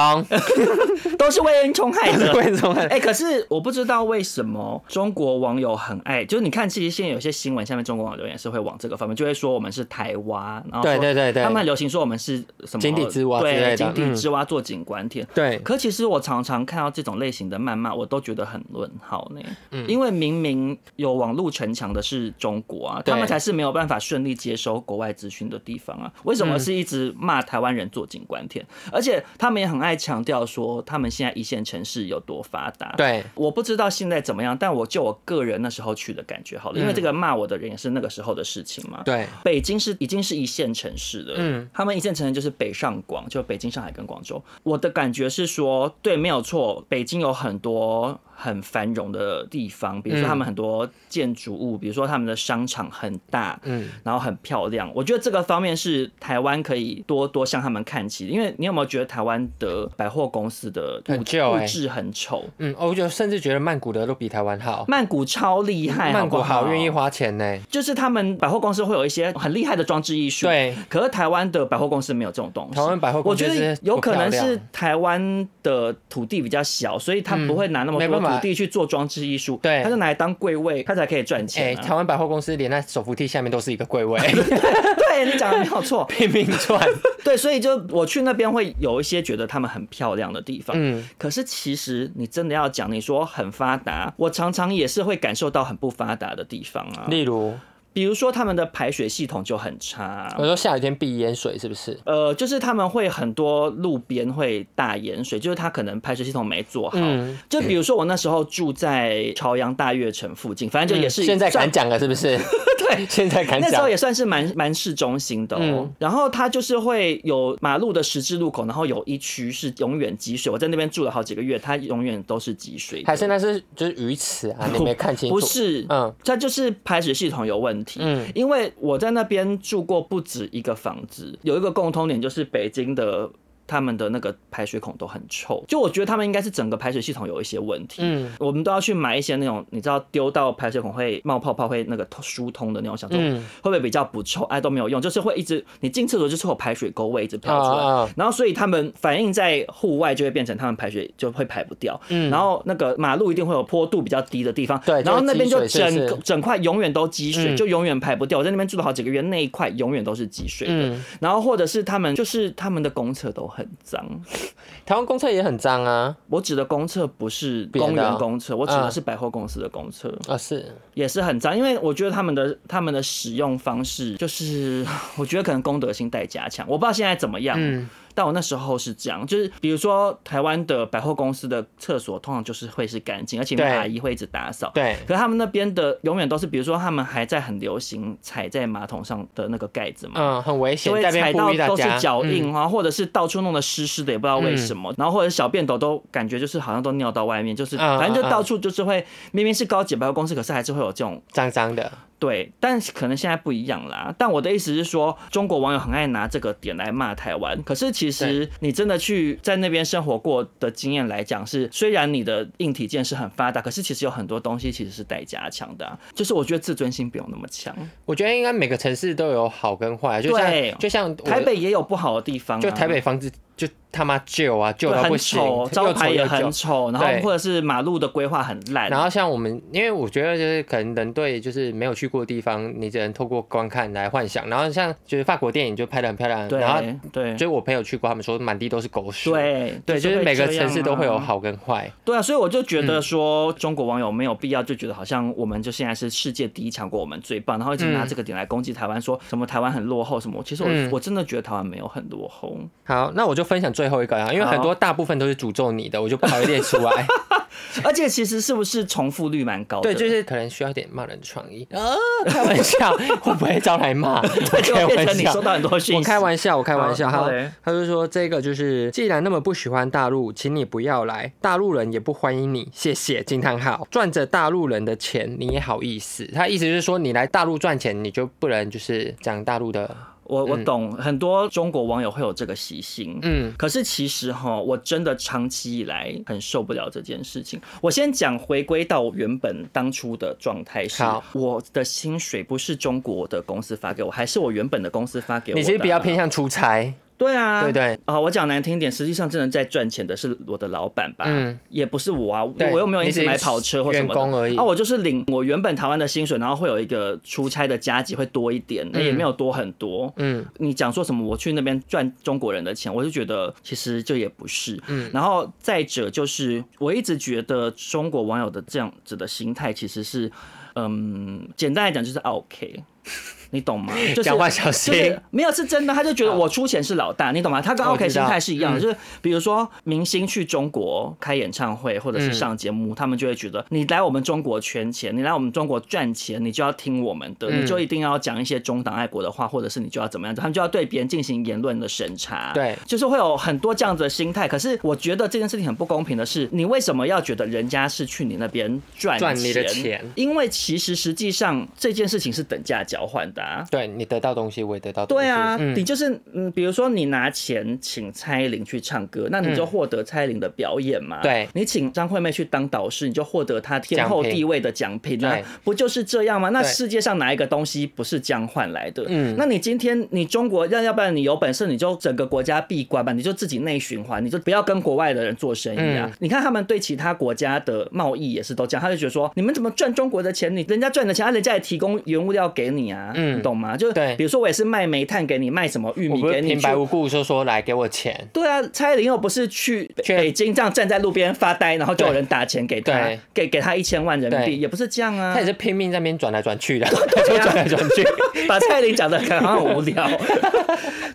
S2: 都是 魏恩冲害者。
S1: 魏应冲很
S2: 哎、可是我不知道为什么中国网友很爱，就是你看，其实现在有些新闻下面中国网友留言是会往这个方面，就会说我们是台蛙，然后
S1: 对
S2: 说
S1: 对对对
S2: 他们很流行说我们是什么
S1: 井底之蛙之类的
S2: 对，井底
S1: 嗯
S2: 之蛙坐井观天。
S1: 对，
S2: 可其实我常常看到这种类型的谩骂，我都觉得很问号呢。
S1: 嗯
S2: 因为明明有网络城墙的是中国啊，
S1: 对
S2: 他们才是没有办法顺利接收国外资讯的地方啊。为什
S1: 嗯
S2: 么是一直骂台湾人坐井观天？而且他们也很爱强调说他们现在一线城市有多发达。。
S1: 对，
S2: 我不知道现在怎么样，但我就我个人那时候去的感觉好了，因
S1: 嗯
S2: 为这个骂我的人也是那个时候的事情嘛。
S1: 对，
S2: 北京是已经是一线城市了，
S1: 嗯
S2: 嗯，他们一线城市就是北上广，就北京、上海跟广州。我的感觉是说，对，没有错，北京有很多很繁荣的地方，比如说他们很多建筑物，比如说他们的商场很大，
S1: 嗯
S2: 嗯，然后很漂亮。我觉得这个方面是台湾可以多多向他们看齐，因为你有没有觉得台湾的百货公司的
S1: 很
S2: 物
S1: 旧欸
S2: 物质很丑？
S1: 嗯，我就甚至觉得曼谷的都比台湾好，
S2: 曼谷超厉害，
S1: 曼谷
S2: 好
S1: 好
S2: 不
S1: 愿意花钱呢。
S2: 就是他们百货公司会有一些很厉害的装置艺术，
S1: 对。
S2: 可是台湾的百货公司没有这种东西。
S1: 台湾百货公
S2: 我
S1: 司
S2: 觉得
S1: 是
S2: 有
S1: 不
S2: 可
S1: 漂
S2: 能
S1: 亮
S2: 是台湾的土地比较小，所以他不会拿那么
S1: 嗯没
S2: 多
S1: 办法
S2: 土地去做装置艺术，
S1: 对
S2: 他就拿来当柜位，他才可以赚
S1: 哎、
S2: 钱啊、
S1: 台湾百货公司连那手扶梯下面都是一个柜位，
S2: 对你讲的没有错，
S1: 拼命赚。
S2: 对，所以就我去那边会有一些觉得他们很漂亮的地方，
S1: 嗯，
S2: 可是其实你真的要讲，你说很发达，我常常也是会感受到很不发达的地方啊，
S1: 例如，
S2: 比如说他们的排水系统就很差啊、
S1: 我说下雨天避淹水是不是？
S2: 呃，就是他们会很多路边会大盐水，就是他可能排水系统没做好。
S1: 嗯
S2: 就比如说我那时候住在朝阳大悦城附近，反正就也
S1: 嗯
S2: 是、
S1: 现在敢
S2: 算
S1: 讲了是不是？
S2: 对，
S1: 现在敢
S2: 那时
S1: 讲
S2: 候也算是蛮蛮市中心的哦、
S1: 嗯
S2: 然后它就是会有马路的十字路口，然后有一区是永远积水。我在那边住了好几个月，它永远都是积水的。
S1: 还是那是就是鱼池啊，你没看清楚。
S2: 不，是，
S1: 嗯
S2: 嗯，它就是排水系统有问
S1: 嗯
S2: 题。嗯，因为我在那边住过不止一个房子，有一个共通点就是北京的。他们的那个排水孔都很臭，就我觉得他们应该是整个排水系统有一些问题。
S1: 嗯
S2: 我们都要去买一些那种你知道丢到排水孔会冒泡泡会那个疏通的那种，想说
S1: 嗯
S2: 会不会比较不臭？哎，都没有用，就是会一直你进厕所就是有排水沟味一直飘出来，
S1: 啊啊
S2: 然后所以他们反映在户外就会变成他们排水就会排不掉，
S1: 嗯
S2: 然后那个马路一定会有坡度比较低的地方，
S1: 对就会
S2: 然后那边就
S1: 积水
S2: 整
S1: 是不
S2: 个
S1: 是
S2: 整块永远都积水，
S1: 嗯
S2: 就永远排不掉。我在那边住了好几个月，那一块永远都是积水的，
S1: 嗯，
S2: 然后或者是他们就是他们的公厕都很脏。
S1: 台湾公厕也很脏啊。
S2: 我指的公厕不是
S1: 别的
S2: 公园公厕，我指
S1: 嗯
S2: 的是百货公司的公厕，
S1: 啊，是，
S2: 也是很脏。因为我觉得他们的他们的使用方式，就是 我觉得可能公德心待加强，我不知道现在怎么样。
S1: 嗯
S2: 但我那时候是这样，就是比如说台湾的百货公司的厕所通常就是会是干净，而且
S1: 对
S2: 阿姨会一直打扫。
S1: 对
S2: 可他们那边的永远都是，比如说他们还在很流行踩在马桶上的那个盖子嘛，
S1: 嗯，很危
S2: 就
S1: 险，
S2: 会
S1: 在这
S2: 踩
S1: 边呼
S2: 到
S1: 吁大
S2: 都是
S1: 家。
S2: 脚
S1: 嗯
S2: 印啊，或者是到处弄得湿湿的，也不知道为什么。然后或者小便斗都感觉就是好像都尿到外面，就是
S1: 嗯
S2: 反正就
S1: 嗯嗯
S2: 到处就是会，明明是高级百货公司，可是还是会有这种
S1: 脏脏的，
S2: 对，但是可能现在不一样啦。但我的意思是说，中国网友很爱拿这个点来骂台湾，可是其实你真的去在那边生活过的经验来讲是，虽然你的硬体件是很发达，可是其实有很多东西其实是待加强的啊、就是我觉得自尊心不用那么强，
S1: 我觉得应该每个城市都有好跟坏，啊就
S2: 对
S1: 像就像我
S2: 台北也有不好的地方、啊，
S1: 就台北房子就他妈旧啊，旧
S2: 对
S1: 到不
S2: 很
S1: 行，
S2: 丑，
S1: 又
S2: 招
S1: 丑
S2: 牌也
S1: 又
S2: 很
S1: 旧。
S2: 丑，然
S1: 对
S2: 后或者是马路的规划很烂，
S1: 然后像我们，因为我觉得就是可能人对就是没有去过的地方，你只能透过观看来幻想。然后像就是法国电影就拍的很漂亮，
S2: 对
S1: 然后
S2: 对
S1: 就是我朋友去过，他们说满地都是狗屎。
S2: 对
S1: 对，就是
S2: 会
S1: 每个
S2: 这
S1: 城市
S2: 样
S1: 都会有
S2: 啊
S1: 好跟坏。
S2: 对啊，所以我就觉
S1: 嗯
S2: 得说，中国网友没有必要就觉得好像我们就现在是世界第一强国，我们最棒，然后一直拿这个点来攻击台湾，说什么台湾很落后什么。其实我、
S1: 嗯
S2: 我真的觉得台湾没有很落后。
S1: 好，那我就分享最后一个啊，因为
S2: 好
S1: 很多大部分都是诅咒你的，我就不好列出来。
S2: 而且其实是不是重复率蛮高的？
S1: 对， 就是可能需要点骂人的创意啊，开玩笑， 会不会招来 骂？
S2: 就
S1: 开
S2: 变
S1: 玩
S2: 成你
S1: 笑
S2: 收。到很多讯息。
S1: 我开玩笑，我开玩
S2: 好
S1: 笑。
S2: 好
S1: 他
S2: 嘞
S1: 他就说这个就是，既然那么不喜欢大陆，请你不要来，大陆人也不欢迎你，谢谢惊叹号。赚着大陆人的钱，你也好意思？他意思是说，你来大陆赚钱，你就不能就是讲大陆的，
S2: 我我懂，很多中国网友会有这个习性，
S1: 嗯
S2: 嗯，可是其实哈，我真的长期以来很受不了这件事情。我先讲回归到我原本当初的状态是
S1: 好，
S2: 我的薪水不是中国的公司发给我，还是我原本的公司发给我的啊。
S1: 你其实比较偏向出差，
S2: 对啊，
S1: 对对
S2: 啊、我讲难听点，实际上真的在赚钱的是我的老板吧，
S1: 嗯
S2: 也不是我啊，
S1: 对
S2: 我又没有一直买跑车或什么
S1: 你只是员工
S2: 的
S1: 而已
S2: 啊，我就是领我原本台湾的薪水，然后会有一个出差的加急会多一点，那也没有多很多，
S1: 嗯，
S2: 你讲说什么我去那边赚中国人的钱，我就觉得其实就也不是。嗯，然后再者就是，我一直觉得中国网友的这样子的心态其实是，嗯，简单来讲就是 OK。你 懂吗？就是
S1: 讲话小心
S2: 就是没有是真的，他就觉得我出钱是老大，你懂吗？他跟
S1: 哦我
S2: OK
S1: 知
S2: 心
S1: 道嗯
S2: 态是一样的，就是比如说明星去中国开演唱会或者
S1: 嗯
S2: 是上节目，他们就会觉得你来我们中国圈钱，你来我们中国赚钱，你就要听我们的，
S1: 嗯
S2: 你就一定要讲一些中党爱国的话，或者是你就要怎么样，他们就要对别人进行言论的审查。
S1: 对
S2: 就是会有很多这样子的心态。可是我觉得这件事情很不公平的是，你为什么要觉得人家是去你那边赚
S1: 赚你的钱
S2: 因为其实实际上这件事情是等价交换的啊。
S1: 对你得到东西，我也得到东西。
S2: 对啊，
S1: 嗯
S2: 你就是嗯，比如说你拿钱请蔡依林去唱歌，那你就获得蔡依林的表演嘛。
S1: 嗯对
S2: 你请张惠妹去当导师，你就获得她天后
S1: 奖品
S2: 地位的奖品啊
S1: 对，
S2: 不就是这样吗？那
S1: 对
S2: 世界上哪一个东西不是这样换来的？
S1: 嗯
S2: 那你今天你中国，要要不然你有本事你就整个国家闭关吧，你就自己内循环，你就不要跟国外的人做生意啊。
S1: 嗯
S2: 你看他们对其他国家的贸易也是都这样，他就觉得说你们怎么赚中国的钱？你人家赚的钱，啊人家也提供原物料给你啊。
S1: 嗯嗯
S2: 你懂吗？就是
S1: 对
S2: 比如说我也是卖煤炭给你，卖什么玉
S1: 我
S2: 米
S1: 不
S2: 给
S1: 是
S2: 你
S1: 平
S2: 去。
S1: 白无故就说来给我钱，
S2: 对啊，蔡依林又不是去北
S1: 去
S2: 北京这样站在路边发呆，然后就有人打钱给他
S1: 对，
S2: 给给他一千万人民
S1: 对
S2: 币，也不是这样啊。
S1: 他也是拼命在那边转来转 去的，他就 转来转去。
S2: 把蔡依林讲的很好像很无聊。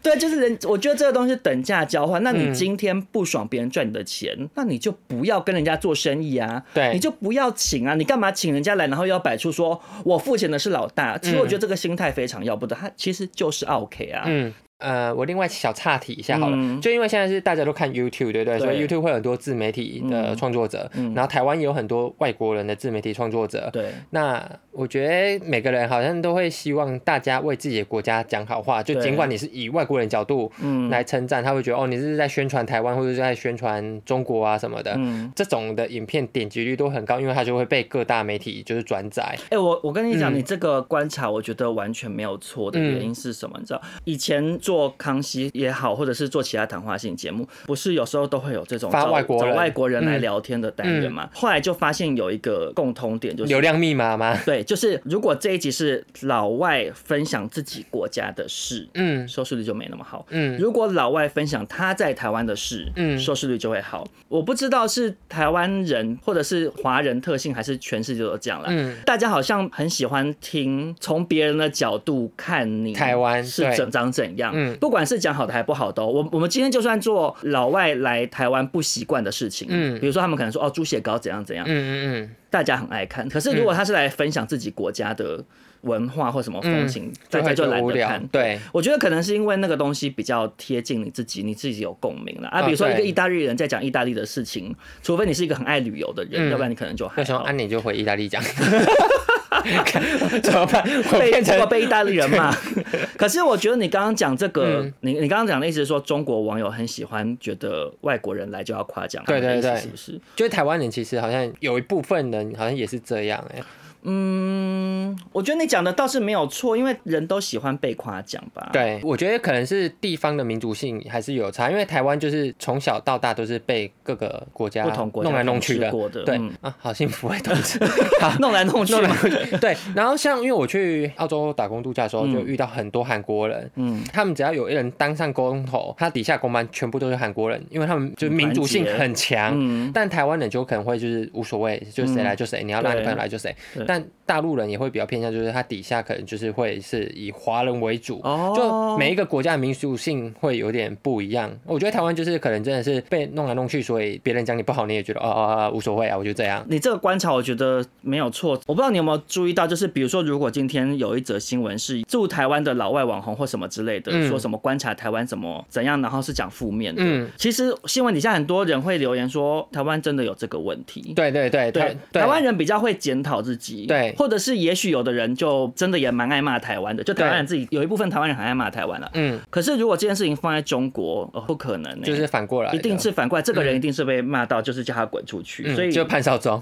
S2: 对，就是人，我觉得这个东西等价交换。那你
S1: 嗯
S2: 今天不爽别人赚你的钱，那你就不要跟人家做生意啊。
S1: 对
S2: 你就不要请啊，你干嘛请人家来，然后又要摆出说我付钱的是老大？其实我觉得这个心态非常要不得，他其实就是 OK 啊。
S1: 嗯，呃，我另外小岔题一下好了，
S2: 嗯
S1: 就因为现在是大家都看 YouTube，对不对？所以
S2: 对嗯
S1: YouTube 会有很多自媒体的创作者，然后台湾也有很多外国人的自媒体创作者。
S2: 对，
S1: 那我觉得每个人好像都会希望大家为自己的国家讲好话，就
S2: 对
S1: 尽管你是以外国人角度
S2: 嗯
S1: 来称赞，他会觉得哦，你是在宣传台湾或者是在宣传中国啊什么的。
S2: 嗯。
S1: 这种的影片点击率都很高，因为它就会被各大媒体就是转载。
S2: 哎、我我跟你讲，
S1: 嗯
S2: 你这个观察，我觉得完全没有错的原因是什么？你知道，以前做康熙也好，或者是做其他谈话性节目，不是有时候都会有这种
S1: 发
S2: 找
S1: 外国人嗯
S2: 找外国人来聊天的单元嘛？后来就发现有一个共通点，就是
S1: 流量密码吗？
S2: 对，就是如果这一集是老外分享自己国家的事，
S1: 嗯
S2: 收视率就没那么好。
S1: 嗯
S2: 如果老外分享他在台湾的事，
S1: 嗯
S2: 收视率就会好。我不知道是台湾人或者是华人特性，还是全世界都这样啦。
S1: 嗯，
S2: 大家好像很喜欢听从别人的角度看你
S1: 台湾
S2: 是
S1: 对
S2: 怎长怎样，
S1: 嗯
S2: 不管是讲好的还不好的哦、我我们今天就算做老外来台湾不习惯的事情，
S1: 嗯
S2: 比如说他们可能说哦猪血糕怎样怎样，
S1: 嗯嗯
S2: 大家很爱看，可是如果他是来分享自己国家的文化或什么风情，大
S1: 嗯，
S2: 家
S1: 会
S2: 就
S1: 觉得
S2: 懒
S1: 无
S2: 得
S1: 聊
S2: 看。
S1: 对，
S2: 我觉得可能是因为那个东西比较贴近你自己，你自己有共鸣了啊。
S1: 啊
S2: 比如说一个
S1: 对
S2: 意大利人在讲意大利的事情，除非你是一个很爱旅游的人，
S1: 嗯
S2: 要不然你可能就还
S1: 那时候
S2: 好。
S1: 安妮就回意大利讲， 看 怎 么办？我
S2: 被
S1: 变
S2: 结
S1: 成
S2: 果被意大利人骂， 可是我觉得你刚刚讲这个，
S1: 嗯
S2: 你你刚刚讲的意思是说中国网友很喜欢觉得外国人来就要夸奖他
S1: 对对
S2: 们的意思，
S1: 对
S2: 是不是？
S1: 就是台湾人其实好像有一部分人好像也是这样哎、
S2: 嗯，我觉得你讲的倒是没有错，因为人都喜欢被夸奖吧。
S1: 对，我觉得可能是地方的民族性还是有差，因为台湾就是从小到大都是被各个国家
S2: 不同国家
S1: 弄来弄去的
S2: 统治过，的
S1: 对、
S2: 嗯
S1: 啊，好幸福哎、同志， 好
S2: 弄来弄 去
S1: 弄来
S2: 嘛。
S1: 弄去对，然后像因为我去澳洲打工度假的时候，就遇到很多韩国人，
S2: 嗯，
S1: 他们只要有一人当上工头，他底下工班全部都是韩国人，因为他们就是民族性很强。
S2: 嗯
S1: 但台湾人就可能会就是无所谓，就谁来就谁，你要拉你
S2: 对
S1: 朋友来就谁
S2: 对。
S1: 但大陆人也会比较偏向，就是他底下可能就是会是以华人为主，
S2: 哦
S1: 就每一个国家的民族性会有点不一样。我觉得台湾就是可能真的是被弄来弄去，所以别人讲你不好，你也觉得哦哦哦无所谓啊，我就这样。
S2: 你这个观察我觉得没有错，我不知道你有没有注意到，就是比如说，如果今天有一则新闻是驻台湾的老外网红或什么之类的，
S1: 嗯
S2: 说什么观察台湾怎么怎样，然后是讲负面的。
S1: 嗯
S2: 其实新闻底下很多人会留言说，台湾真的有这个问题。
S1: 对对对
S2: 对，
S1: 对
S2: 台湾人比较会检讨自己，
S1: 对
S2: 或者是也许有的人就真的也蛮爱骂台湾的，就台湾人
S1: 对
S2: 自己有一部分台湾人很爱骂台湾了。啊
S1: 嗯，
S2: 可是如果这件事情放在中国，呃、不可能、欸，
S1: 就是反过来的，
S2: 一定是反过来，这个人一定是被骂到，就是叫他滚出去，
S1: 嗯
S2: 所以
S1: 就潘少 忠，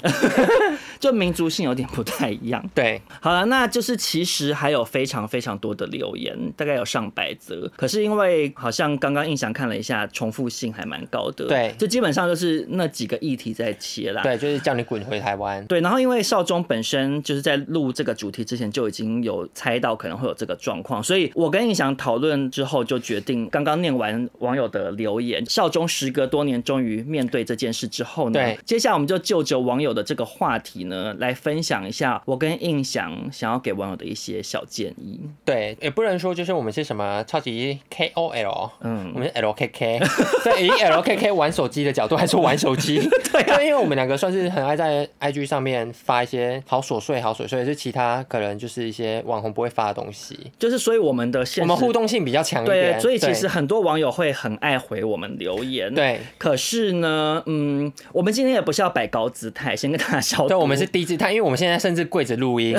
S2: 就民族性有点不太一样。
S1: 对，
S2: 好了，那就是其实还有非常非常多的留言，大概有上百则。可是因为好像刚刚印象看了一下，重复性还蛮高的。
S1: 对
S2: 就基本上就是那几个议题在切啦。
S1: 对，就是叫你滚回台湾。
S2: 对，然后因为少中本身就是在录这个主题之前就已经有猜到可能会有这个状况，所以我跟印翔讨论之后就决定，刚刚念完网友的留言，少中时隔多年终于面对这件事之后呢
S1: 对，
S2: 接下来我们就就着网友的这个话题呢，来分享一下我跟印翔想要给网友的一些小建议。
S1: 对，也不能说就是我们是什么超级 KOL，我
S2: 嗯，
S1: 们是 LKK，在以 LKK 玩手机的角度还说玩手机， 对、
S2: 啊
S1: 因为我们两个算是很爱在 IG 上面发一些好琐碎、好琐碎，是其他可能就是一些网红不会发的东西，
S2: 就是所以我们的现实
S1: 我们互动性比较强一
S2: 对，
S1: 点，
S2: 所以其实很多网友会很爱回我们留言。
S1: 对。。对
S2: 可是呢，嗯，我们今天也不是要摆高姿态，先跟大家消毒。
S1: 对，我们是低姿态，因为我们现在甚至跪着录 音。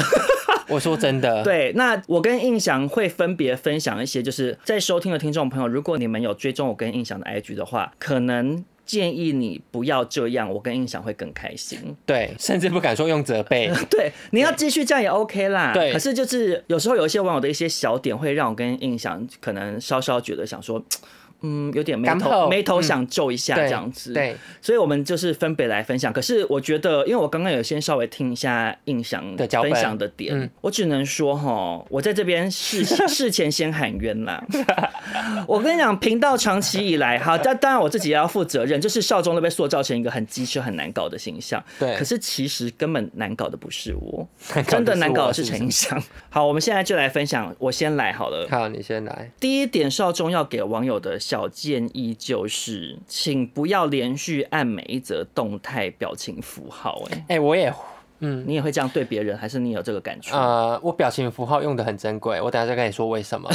S1: 我说真的，
S2: 对，那我跟印翔会分别分享一些，就是在收听的听众朋友，如果你们有追踪我跟印翔的 IG 的话，可能建议你不要这样，我跟印翔会更开心。
S1: 对，甚至不敢说用责备。
S2: 对，你要继续这样也 OK 啦。
S1: 对
S2: 可是就是有时候有一些网友的一些小点，会让我跟印翔可能稍稍觉得想说。嗯，有点眉
S1: 干
S2: 头
S1: 透
S2: 眉头想皱一下
S1: 对
S2: 这样子。
S1: 对，
S2: 所以我们就是分别来分享。可是我觉得，因为我刚刚有先稍微听一下印象
S1: 的脚本
S2: 分享的点，
S1: 嗯
S2: 我只能说哈，我在这边事 事前先喊 冤啦。我跟你讲，频道长期以来，好，但当然我自己也要负责任，就是少中都被塑造成一个很机车、很难搞的形象。
S1: 对
S2: 可是其实根本难搞的不是我，
S1: 难搞的
S2: 真的
S1: 是
S2: 难
S1: 我
S2: 搞的
S1: 是
S2: 是
S1: 不
S2: 陈
S1: 是
S2: 映香。好，我们现在就来分享，我先来好了。
S1: 好，你先来。
S2: 第一点，少中要给网友的小建议就是，请不要连续按每一则动态表情符号、哎，
S1: 哎、我也
S2: 你也会这样对别人，还是你有这个感触？
S1: 呃，我表情符号用的很珍贵，我等下再跟你说为什么。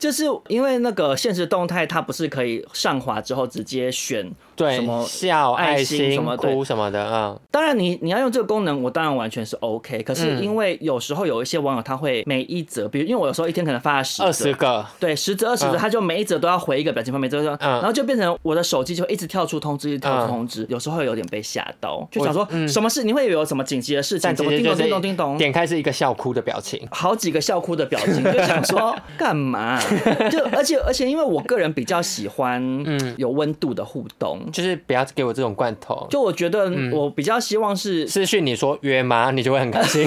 S2: 就是因为那个现实动态，它不是可以上滑之后直接选
S1: 对
S2: 什，么
S1: 笑、爱
S2: 爱心
S1: 心、
S2: 什么对
S1: 哭什么的啊、
S2: 当然你，你要用这个功能，我当然完全是 OK。可是
S1: 嗯
S2: 因为有时候有一些网友他会每一则，比如因为我有时候一天可能发了十
S1: 嗯，二十个，
S2: 对，十折二十折，
S1: 嗯
S2: 他就每一折都要回一个表情包，每折都要，
S1: 嗯
S2: 然后就变成我的手机就会一直跳出通知，一直跳出通知，有时候会有点被吓到，就想说
S1: 嗯
S2: 什么事，你会有什么紧急的事情，
S1: 但
S2: 怎
S1: 直
S2: 么
S1: 接
S2: 叮
S1: 就
S2: 咚
S1: 是
S2: 叮咚叮咚。
S1: 点开是一个笑哭的表情。
S2: 好几个笑哭的表情，就想说 干嘛？就而且而且，因为我个人比较喜欢
S1: 嗯
S2: 有温度的互动，
S1: 就是不要给我这种罐头，
S2: 就我觉得
S1: 嗯
S2: 我比较希望是
S1: 私讯你说约吗？你就会很开心。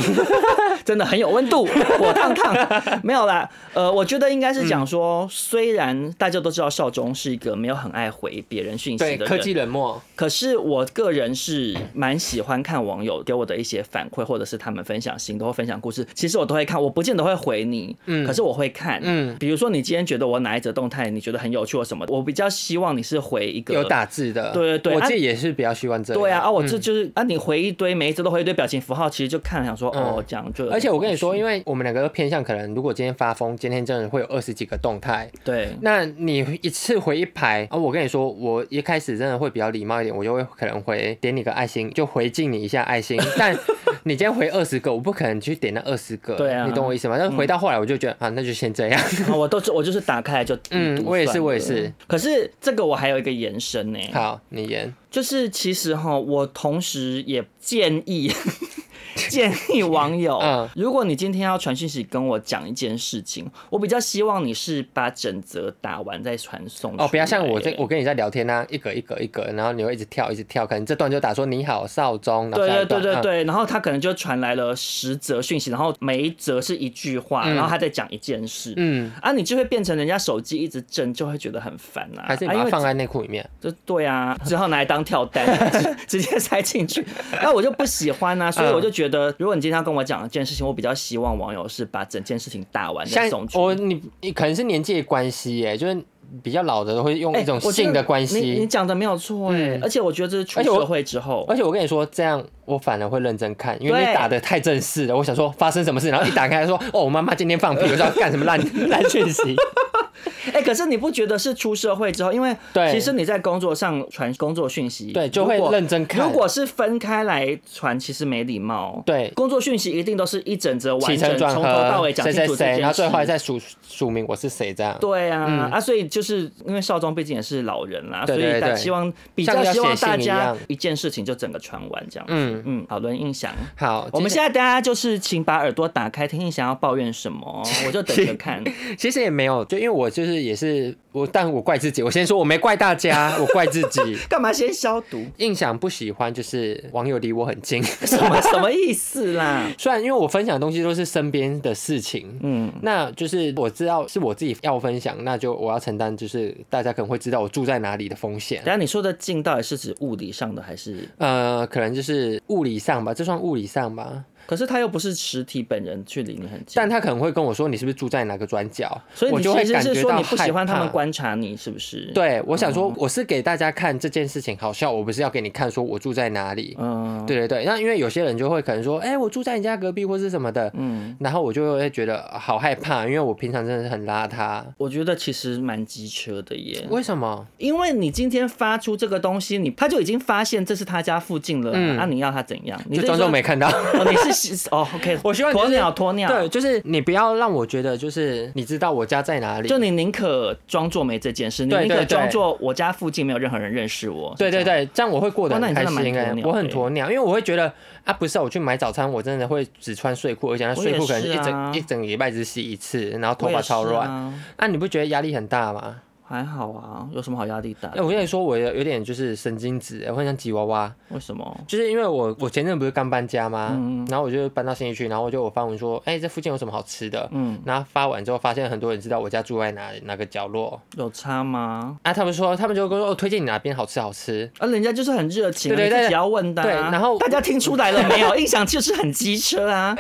S2: 真的很有温 度，火烫烫。没有啦，呃，我觉得应该是
S1: 嗯
S2: 讲说，虽然大家都知道少中是一个没有很爱回别人讯息的
S1: 对，
S2: 人，
S1: 科技冷漠，
S2: 可是我个人是蛮喜欢看网友给我的一些反馈，或者是他们分享心得或分享故事，其实我都会看，我不见得会回你，嗯，可是我会看，嗯
S1: 嗯，
S2: 比如说你今天觉得我哪一则动态你觉得很有趣或什么，我比较希望你是回一个
S1: 有。打嗯字的。
S2: 对对对
S1: 我
S2: 啊
S1: 自己也是比较喜欢这样。
S2: 对啊，啊，我这就是、啊，你回一堆，每一则都回一堆表情符号，其实就看了想说，哦，这样就
S1: 嗯
S2: 有点无趣。
S1: 而且我跟你说，因为我们两个都偏向，可能如果今天发疯，今天真的会有二十几个动态。
S2: 对，
S1: 那你一次回一排啊？我跟你说，我一开始真的会比较礼貌一点，我就会可能回点你个爱心，就回敬你一下 爱心。但你今天回二十个，我不可能去点那二十个，
S2: 对啊
S1: 你懂我意思吗？但是回到后来，我就觉得、啊，那就先这 样。
S2: 啊，我都是我就是打开来就
S1: 嗯
S2: 已读
S1: 我也是
S2: 算
S1: 我也
S2: 了
S1: 是。
S2: 可是这个我还有一个延伸呢、
S1: 好，你演。
S2: 就是其实哈，我同时也建议 建议网友，
S1: 嗯
S2: 如果你今天要传讯息跟我讲一件事情，我比较希望你是把整则打完再传送
S1: 哦，不要像我
S2: 这
S1: 这，我跟你在聊天啊，一格一格一格，然后你会一直跳，一直跳，可能这段就打说你好少宗，然后
S2: 对
S1: 下
S2: 对
S1: 一
S2: 对
S1: 段
S2: 对
S1: 嗯
S2: 对，然后他可能就传来了十则讯息，然后每一则是一句话，然后他在讲一件事，
S1: 嗯，
S2: 啊，你就会变成人家手机一直震，就会觉得很烦啊，
S1: 还是你
S2: 啊
S1: 把
S2: 因
S1: 它
S2: 为
S1: 放在内裤里面。
S2: 就对啊，之后拿来当跳蛋， 直直接塞进去。那我就不喜欢
S1: 嗯
S2: 啊，所以我就觉得，如果你今天要跟我讲一件事情，我比较希望网友是把整件事情打完
S1: 像
S2: 再送去。
S1: 我你你可能是年纪的关系耶，就是比较老的都会用
S2: 哎
S1: 一种
S2: 我觉得
S1: 性的关
S2: 你你
S1: 系。
S2: 讲的没有错哎、而且我觉得这是出
S1: 而且我
S2: 社会之后，
S1: 而且我跟你说，这样我反而会认真看，因为
S2: 对
S1: 你打的太正式了。我想说发生什么事，然后一打开 说哦，我妈妈今天放屁， 我知道干什么烂烂讯息。
S2: 哎、可是你不觉得是出社会之后，因为
S1: 对
S2: 其实你在工作上传工作讯息，
S1: 对就会
S2: 如果
S1: 认真看
S2: 如果是分开来传，其实没礼貌。
S1: 对
S2: 工作讯息一定都是一整则
S1: 起
S2: 完
S1: 承
S2: 整，
S1: 转
S2: 从头到
S1: 合
S2: 尾，讲
S1: 谁
S2: 清
S1: 谁
S2: 楚这件
S1: 谁，
S2: 事。
S1: 然后最后还再署署名我是谁这样。
S2: 对啊，啊，所以就是因为少庄毕竟也是老人啦，
S1: 嗯对对
S2: 所以大
S1: 对
S2: 希望比
S1: 像
S2: 较
S1: 要
S2: 希望
S1: 写信
S2: 大
S1: 一
S2: 家
S1: 样
S2: 一件事情就整个传完这样子。嗯
S1: 嗯
S2: 嗯，好，轮印象。
S1: 好，
S2: 我们
S1: 接
S2: 现在大家就是请把耳朵打开，听听想要抱怨 什么，我就等着看。
S1: 其实也没有，就因为我就是也是我，但我怪自己。我先说，我没怪大 家，我怪自己。
S2: 干嘛先消毒？
S1: 印象不喜欢就是网友离我很近，
S2: 什么 什么意思啦？
S1: 虽然因为我分享的东西都是身边的事情，
S2: 嗯，
S1: 那就是我知道是我自己要分享，那就我要承担就是大家可能会知道我住在哪里的风险
S2: 等。下你说的近到底是指物理上的还是？
S1: 呃，可能就是物理上吧，这算物理上吧，
S2: 可是他又不是实体本人，距离你很近
S1: 但。他可能会跟我说你是不是住在哪个转角，
S2: 所以
S1: 我
S2: 你
S1: 就会
S2: 其实
S1: 感
S2: 是
S1: 觉
S2: 说
S1: 到
S2: 你不喜欢他
S1: 害
S2: 们哦
S1: 怕
S2: 观察你，是不是？，
S1: 对，我想说，我是给大家看这件事情好笑，我不是要给你看说我住在哪里。
S2: 嗯，
S1: 对对对，那因为有些人就会可能说，哎、我住在你家隔壁或是什么的，
S2: 嗯，
S1: 然后我就会觉得好害怕，因为我平常真的是很邋遢。
S2: 我觉得其实蛮机车的耶。
S1: 为什么？
S2: 因为你今天发出这个东西，你他就已经发现这是他家附近了啊，那、
S1: 嗯
S2: 你要他怎样？你
S1: 就是装
S2: 说
S1: 作没看到。
S2: 哦，你是喜哦，OK，
S1: 我希望你
S2: 鸵
S1: 就是
S2: 鸟鸵鸟，
S1: 对，，就是你不要让我觉得就是你知道我家在哪里。
S2: 就你宁可装作没这件事，你
S1: 对
S2: 宁可
S1: 对对
S2: 装作我家附近没有任何人认识我，
S1: 对对
S2: 是这样，
S1: 对，这样我会过得
S2: 哇哦那
S1: 很
S2: 你
S1: 开
S2: 真的蛮
S1: 心哎、
S2: 鸵鸟
S1: 我很
S2: 的
S1: 鸵鸟，因为我会觉得啊，不是啊我去买早餐，我真的会只穿睡裤，而且那
S2: 我
S1: 睡
S2: 也
S1: 裤可能
S2: 是
S1: 一整、
S2: 啊
S1: 一整礼拜只洗一次，然后头
S2: 我也
S1: 发超
S2: 是
S1: 乱。
S2: 啊
S1: 啊，你不觉得压力很大吗？
S2: 啊还好啊，有什么好压力大
S1: 哎、？我跟你说，我有有点就是神经质，我很想吉娃娃，
S2: 为什么？
S1: 就是因为我我前阵不是刚搬家吗？
S2: 嗯
S1: 然后我就搬到新义区，然后我就我发文说，哎、这附近有什么好吃的？
S2: 嗯，
S1: 然后发完之后，发现很多人知道我家住在哪哪个角落
S2: 有差吗？
S1: 啊，他们说他们就跟我说，哦，推荐你哪边好吃好吃。
S2: 啊，人家就是很热情啊，
S1: 对对
S2: 你自
S1: 对
S2: 己要问的啊、
S1: 对然后
S2: 大家听出来了没 有？印象就是很机车啊，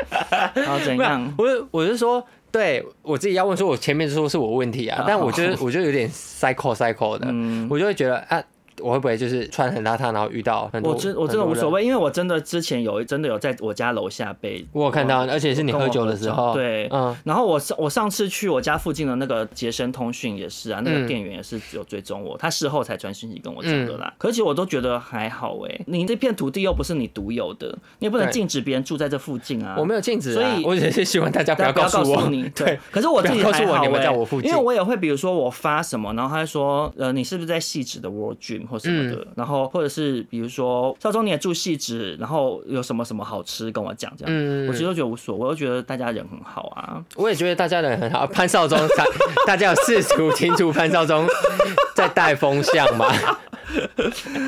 S2: 然后怎
S1: 没有
S2: 样？
S1: 啊我就我就说，对我自己要问说，我前面说是我问题啊，但我觉得我就有点 cycle cycle 的，
S2: 哦嗯
S1: 我就会觉得啊，我会不会就是穿很邋遢，然后遇到很多
S2: 我真我真的
S1: 很多
S2: 无所
S1: 人。
S2: 谓，因为我真的之前有真的有在我家楼下被
S1: 我有看到，而且是你
S2: 跟
S1: 喝
S2: 我
S1: 酒
S2: 合
S1: 的时
S2: 照
S1: 候，
S2: 对
S1: 嗯，
S2: 然后我上我上次去我家附近的那个杰森通讯也是啊，那
S1: 嗯
S2: 个店员也是有追踪我，他事后才传讯息跟我讲的啦。可是其实我都觉得还好哎、你这片土地又不是你独有的，你也不能
S1: 对
S2: 禁止别人住在这附近啊。
S1: 我没有禁止、啊，
S2: 所以
S1: 我只是希望大家不
S2: 大
S1: 要
S2: 家不
S1: 告
S2: 要
S1: 诉我
S2: 告诉 你，
S1: 对
S2: 对。，可是我自己
S1: 不要告诉我
S2: 还好
S1: 你们
S2: 欸
S1: 在我附近
S2: 因为我也会比如说我发什么，然后他就说，呃，你是不是在戏子的 World Dream 或什呃么的，然后或者是比如说少中你也住戏子，然后有什么什么好吃跟我讲这样，
S1: 嗯
S2: 我其实都觉得无所谓，我就觉得大家人很好啊，
S1: 我也觉得大家人很好，潘少忠，大大家有试图清楚潘少忠在带风向嘛？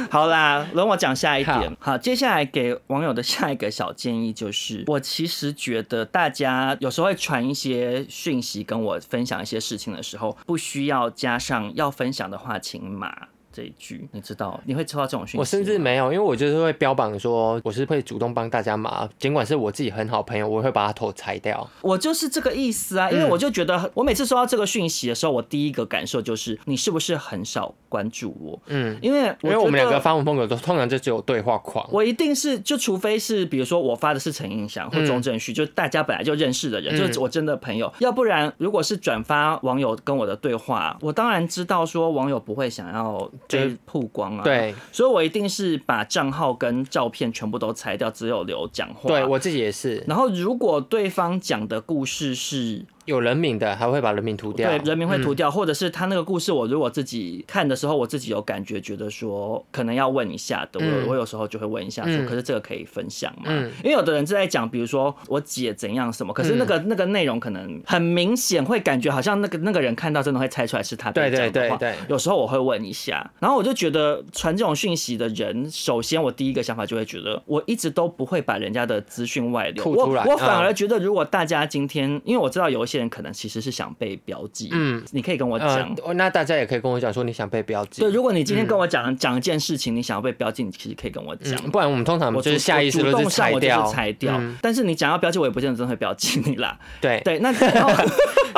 S2: 好啦，轮我讲下一点。好，接下来给网友的下一个小建议就是，我其实觉得大家有时候会传一些讯息跟我分享一些事情的时候，不需要加上要分享的话，请码。这一句你知道，你会收到这种讯息吗，
S1: 我甚至没有，因为我就是会标榜说我是会主动帮大家忙，尽管是我自己很好朋友，我会把他头裁掉。
S2: 我就是这个意思啊，
S1: 嗯
S2: 因为我就觉得，我每次收到这个讯息的时候，我第一个感受就是，你是不是很少关注我？
S1: 嗯，
S2: 因为
S1: 因为我们
S2: 觉
S1: 两
S2: 得
S1: 个发文风格都通常就只有对话狂。
S2: 我一定是就除非是比如说我发的是陈映祥或钟正旭，就大家本来就认识的人，
S1: 嗯
S2: 就是我真的朋友。要不然如果是转发网友跟我的对话，我当然知道说网友不会想要
S1: 对
S2: 追曝光啊，，
S1: 对
S2: 所以我一定是把账号跟照片全部都裁掉，只有留讲话。
S1: 对，我自己也是，
S2: 然后如果对方讲的故事是
S1: 有人名的还会把人名涂掉。嗯
S2: 对人民会涂掉，或者是他那个故事，我如果自己看的时候，我自己有感觉，觉得说可能要问一下的，我、
S1: 嗯
S2: 我有时候就会问一下说，
S1: 嗯
S2: 可是这个可以分享吗？
S1: 嗯
S2: 因为有的人是在讲，比如说我姐怎样什么，可是那个、那个内容可能很明显，会感觉好像那个那个人看到真的会猜出来是他
S1: 对
S2: 被讲
S1: 对
S2: 的
S1: 对
S2: 话
S1: 对
S2: 有时候我会问一下，然后我就觉得传这种讯息的人，首先我第一个想法就会觉得，我一直都不会把人家的资讯外流，
S1: 吐
S2: 我
S1: 出来
S2: 我反
S1: 嗯
S2: 而觉得，如果大家今天，因为我知道有一些人可能其实是想被标记，
S1: 嗯
S2: 嗯，你可以跟我讲。
S1: 嗯，那大家也可以跟我讲说你想被标记。
S2: 对，如果你
S1: 嗯
S2: 今天跟我讲讲、一件事情，你想要被标记，你其实可以跟我讲。
S1: 嗯，不然我们通常
S2: 我
S1: 就
S2: 主
S1: 是下意识
S2: 我主
S1: 都
S2: 动上
S1: 裁
S2: 我就是
S1: 掉，
S2: 裁掉。
S1: 嗯
S2: 但是你讲要标记，我也不见得真的会标记你啦。
S1: 对
S2: 对，那 然后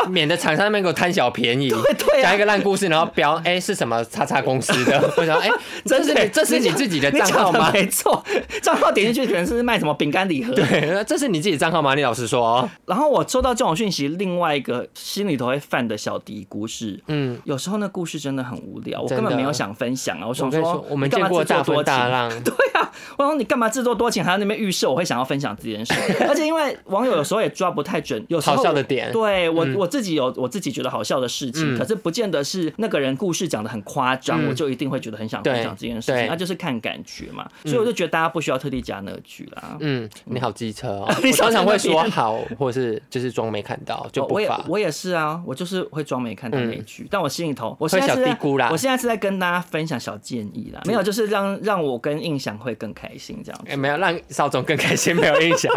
S1: 免得厂商那边给我贪小便宜，
S2: 对啊
S1: 讲一个烂故事，然后标哎、是什么叉叉公司的， 我 想哎、这是你这是你自己的账号吗
S2: 你讲得？没错，账号点进去可能是卖什么饼干礼 盒。
S1: 对，这是你自己账号吗？你老实说、哦，
S2: 然后我收到这种讯息，另外一个心里头会犯的小嘀咕是，
S1: 嗯，
S2: 有时候那故事真的很无聊，我
S1: 真
S2: 根
S1: 的
S2: 本没有想分享啊。我
S1: 我
S2: 想
S1: 跟你
S2: 说
S1: 说，，我们
S2: 你干
S1: 见
S2: 嘛
S1: 过
S2: 自作
S1: 大
S2: 多
S1: 风大
S2: 情
S1: 浪，
S2: 对啊，我说你干嘛自作多情，还要那边预设我会想要分享这 件事？而且因为网友有时候也抓不太准，有时候
S1: 好笑的
S2: 我
S1: 点
S2: 对我、
S1: 嗯
S2: 我自己有我自己觉得好笑的事情，
S1: 嗯
S2: 可是不见得是那个人故事讲的很夸张，
S1: 嗯
S2: 我就一定会觉得很想分享这件事
S1: 对
S2: 情，
S1: 对
S2: 那、就是看感觉嘛。所以我就觉得大家不需要特地加那句啦。
S1: 嗯， 你好机车哦，
S2: 你
S1: 我通
S2: 小心
S1: 常会
S2: 那
S1: 说
S2: 边
S1: 好，或是就是装没看到就
S2: 哦
S1: 不
S2: 我也
S1: 发。嗯
S2: 我也是啊，我就是会装没看到那一句，但我心里头，我
S1: 会
S2: 现在
S1: 小
S2: 是在
S1: 低估啦嗯
S2: 我现在是在跟大家分享小建议啦，没有，就是让让我跟印象会更开心这样 子。
S1: 哎没有让邵总更开心，没有印象。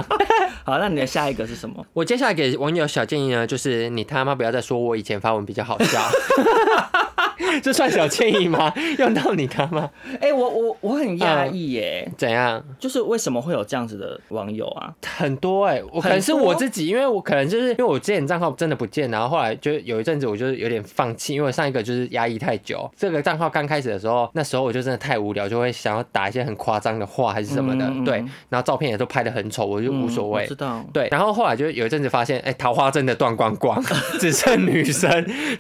S2: 好，那你的下一个是什么？
S1: 我接下来给网友小建议呢，就是你他妈不要再说我以前发文比较好 笑，这算小建议吗？用到你他妈
S2: 哎、我我我很讶
S1: 嗯
S2: 异耶，
S1: 怎样？
S2: 呃就是为什么会有这样子的网友啊？
S1: 很多哎、我可能是我自己，因为我可能就是因为我之前账号真的不见，然后后来就有一阵子我就是有点放弃，因为我上一个就是压抑太久。这个账号刚开始的时候，那时候我就真的太无聊，就会想要打一些很夸张的话还是什么的，
S2: 嗯嗯嗯
S1: 对，然后照片也都拍的很丑，我就无所
S2: 嗯
S1: 谓。
S2: 我知道。
S1: 对，然后后来就有一阵子发现，哎、桃花真的断光 光，只剩女生，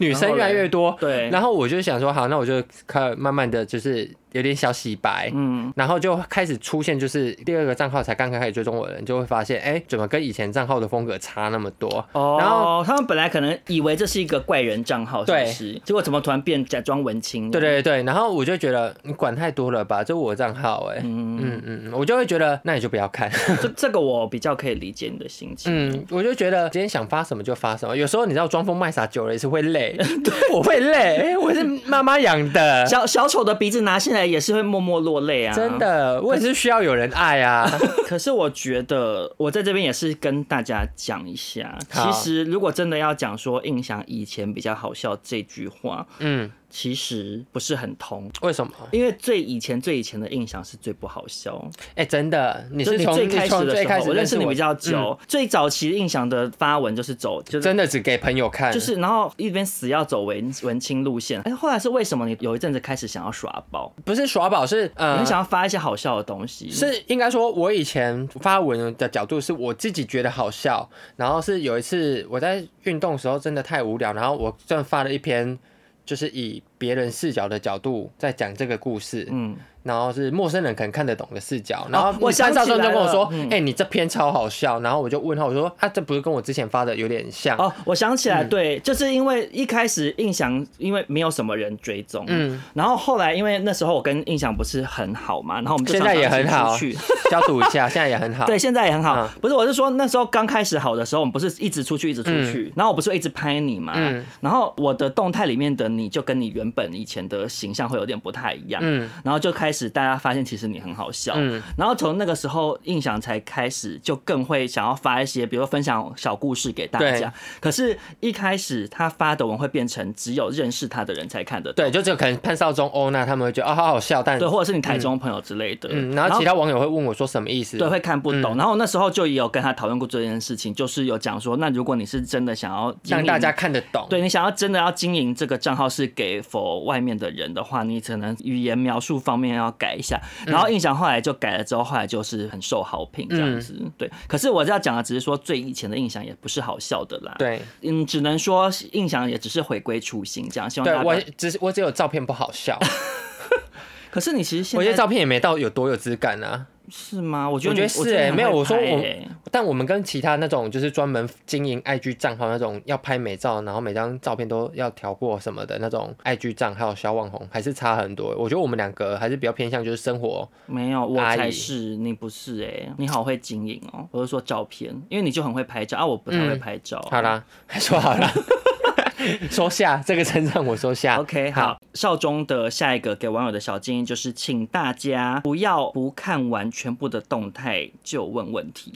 S1: 女生越来越多。
S2: 对
S1: 然后我就想说，好，那我就看慢慢的就是有点小洗白，
S2: 嗯，
S1: 然后就开始出现，就是第二个账号才刚刚开始追踪我的人，就会发现，哎、怎么跟以前账号的风格差那么多？然后
S2: 哦，他们本来可能以为这是一个怪人账号，是不是？结果怎么突然变假装文青？
S1: 对，对对，然后我就觉得你管太多了吧，这我账号哎、嗯嗯嗯，我就会觉得那你就不要 看，
S2: 这这个我比较可以理解你的心情。
S1: 嗯，我就觉得今天想发什么就发什么，有时候你知道装疯卖傻久了也是会 累，对，我会累，哎我是妈妈养的，
S2: 小小丑的鼻子拿下来也是会默默落泪啊，
S1: 真。的，我也是需要有人爱 啊，
S2: 可是我觉得，我在这边也是跟大家讲一下，
S1: 好
S2: 其实如果真的要讲说印象以前比较好笑这句话，
S1: 嗯，
S2: 其实不是很通，
S1: 为什么？
S2: 因为最以前最以前的印象是最不好笑。
S1: 哎、真的，你
S2: 就是你
S1: 从
S2: 最开
S1: 你从
S2: 始的
S1: 最
S2: 时
S1: 开
S2: 候，
S1: 始
S2: 我认识
S1: 识
S2: 你比较
S1: 我嗯
S2: 久，最早期印象的发文就是走，就是
S1: 真的只给朋友看，
S2: 就是，然后一边死要走文文青路线。哎，后来是为什么你有一阵子开始想要耍宝，
S1: 不是耍宝，是
S2: 你
S1: 呃
S2: 很，想要发一些好笑的东西？
S1: 是应该说，我以前发文的角度是我自己觉得好笑，然后是有一次我在运动的时候真的太无聊，然后我正发了一篇，就是以别人视角的角度在讲这个故事，
S2: 嗯，哦
S1: 然后是陌生人可能看得懂的视角，然后
S2: 我
S1: 三
S2: 想
S1: 少
S2: 起来
S1: 生就跟我
S2: 了
S1: 说：“哎、
S2: 嗯
S1: 你这篇超好笑。”然后我就问他，我说：“啊，这不是跟我之前发的有点像？”
S2: 哦，我想起
S1: 嗯
S2: 来，对，就是因为一开始印象，因为没有什么人追踪，
S1: 嗯
S2: 嗯，然后后来因为那时候我跟印象不是很好嘛，然后我们就
S1: 现在
S2: 常常
S1: 也
S2: 一起
S1: 很
S2: 出
S1: 好
S2: 去
S1: 消毒一下，现在也很好。
S2: 对，现在也很好
S1: 嗯。
S2: 不是，我是说那时候刚开始好的时候，我们不是一直出去，一直出去，然后我不是会一直拍你嘛
S1: 嗯，
S2: 然后我的动态里面的你就跟你原本以前的形象会有点不太一样，
S1: 嗯
S2: 然后就开始大家发现其实你很好笑，
S1: 嗯
S2: 然后从那个时候印象才开始就更会想要发一些，比如说分享小故事给大
S1: 对
S2: 家。可是，一开始他发的文会变成只有认识他的人才看得到，
S1: 对，就只有可能潘少忠、欧娜他们会觉得啊、好好笑，但
S2: 对，或者是你台中朋友之类的，
S1: 嗯，然后其他网友会问我说什么意思？
S2: 对，会看不
S1: 嗯
S2: 懂。然后那时候就也有跟他讨论过这件事情，就是有讲说，那如果你是真的想要经
S1: 让
S2: 营
S1: 大家。看得懂。
S2: 对你想要真的要经营这个账号是给否外面的人的话，你可能语言描述方面要改一下。
S1: 嗯
S2: 然后印象后来就改了之后，后来就是很受好评这
S1: 嗯
S2: 样子。对，可是我要讲的只是说最以前的印象也不是好笑的啦。，
S1: 对
S2: 嗯，只能说印象也只是回归初心这样。希望
S1: 对，
S2: 大家不
S1: 我
S2: 要。
S1: 只是我只有照片不好笑，
S2: 可是你其实 现
S1: 我觉得
S2: 在
S1: 照片也没到有多有质感啊。
S2: 是吗？我觉
S1: 我
S2: 得
S1: 觉
S2: 你
S1: 得是哎、
S2: 你很
S1: 没有
S2: 会
S1: 我说
S2: 拍
S1: 我
S2: 欸，
S1: 但我们跟其他那种就是专门经营 IG 账号那种要拍美照，然后每张照片都要调过什么的那种 IG 账号小网红，还是差很多。我觉得我们两个还是比较偏向就是生活，
S2: 没有，我
S1: 阿
S2: 才
S1: 姨
S2: 是，你不是哎、你好会经营哦、我是说照片，因为你就很会拍照啊，我不太会
S1: 嗯
S2: 拍照。
S1: 好啦，
S2: 哦
S1: 说好啦，说下这个称赞我说下
S2: OK，好，，少中的下一个给网友的小建议就是，请大家不要不看完全部的动态就问问题。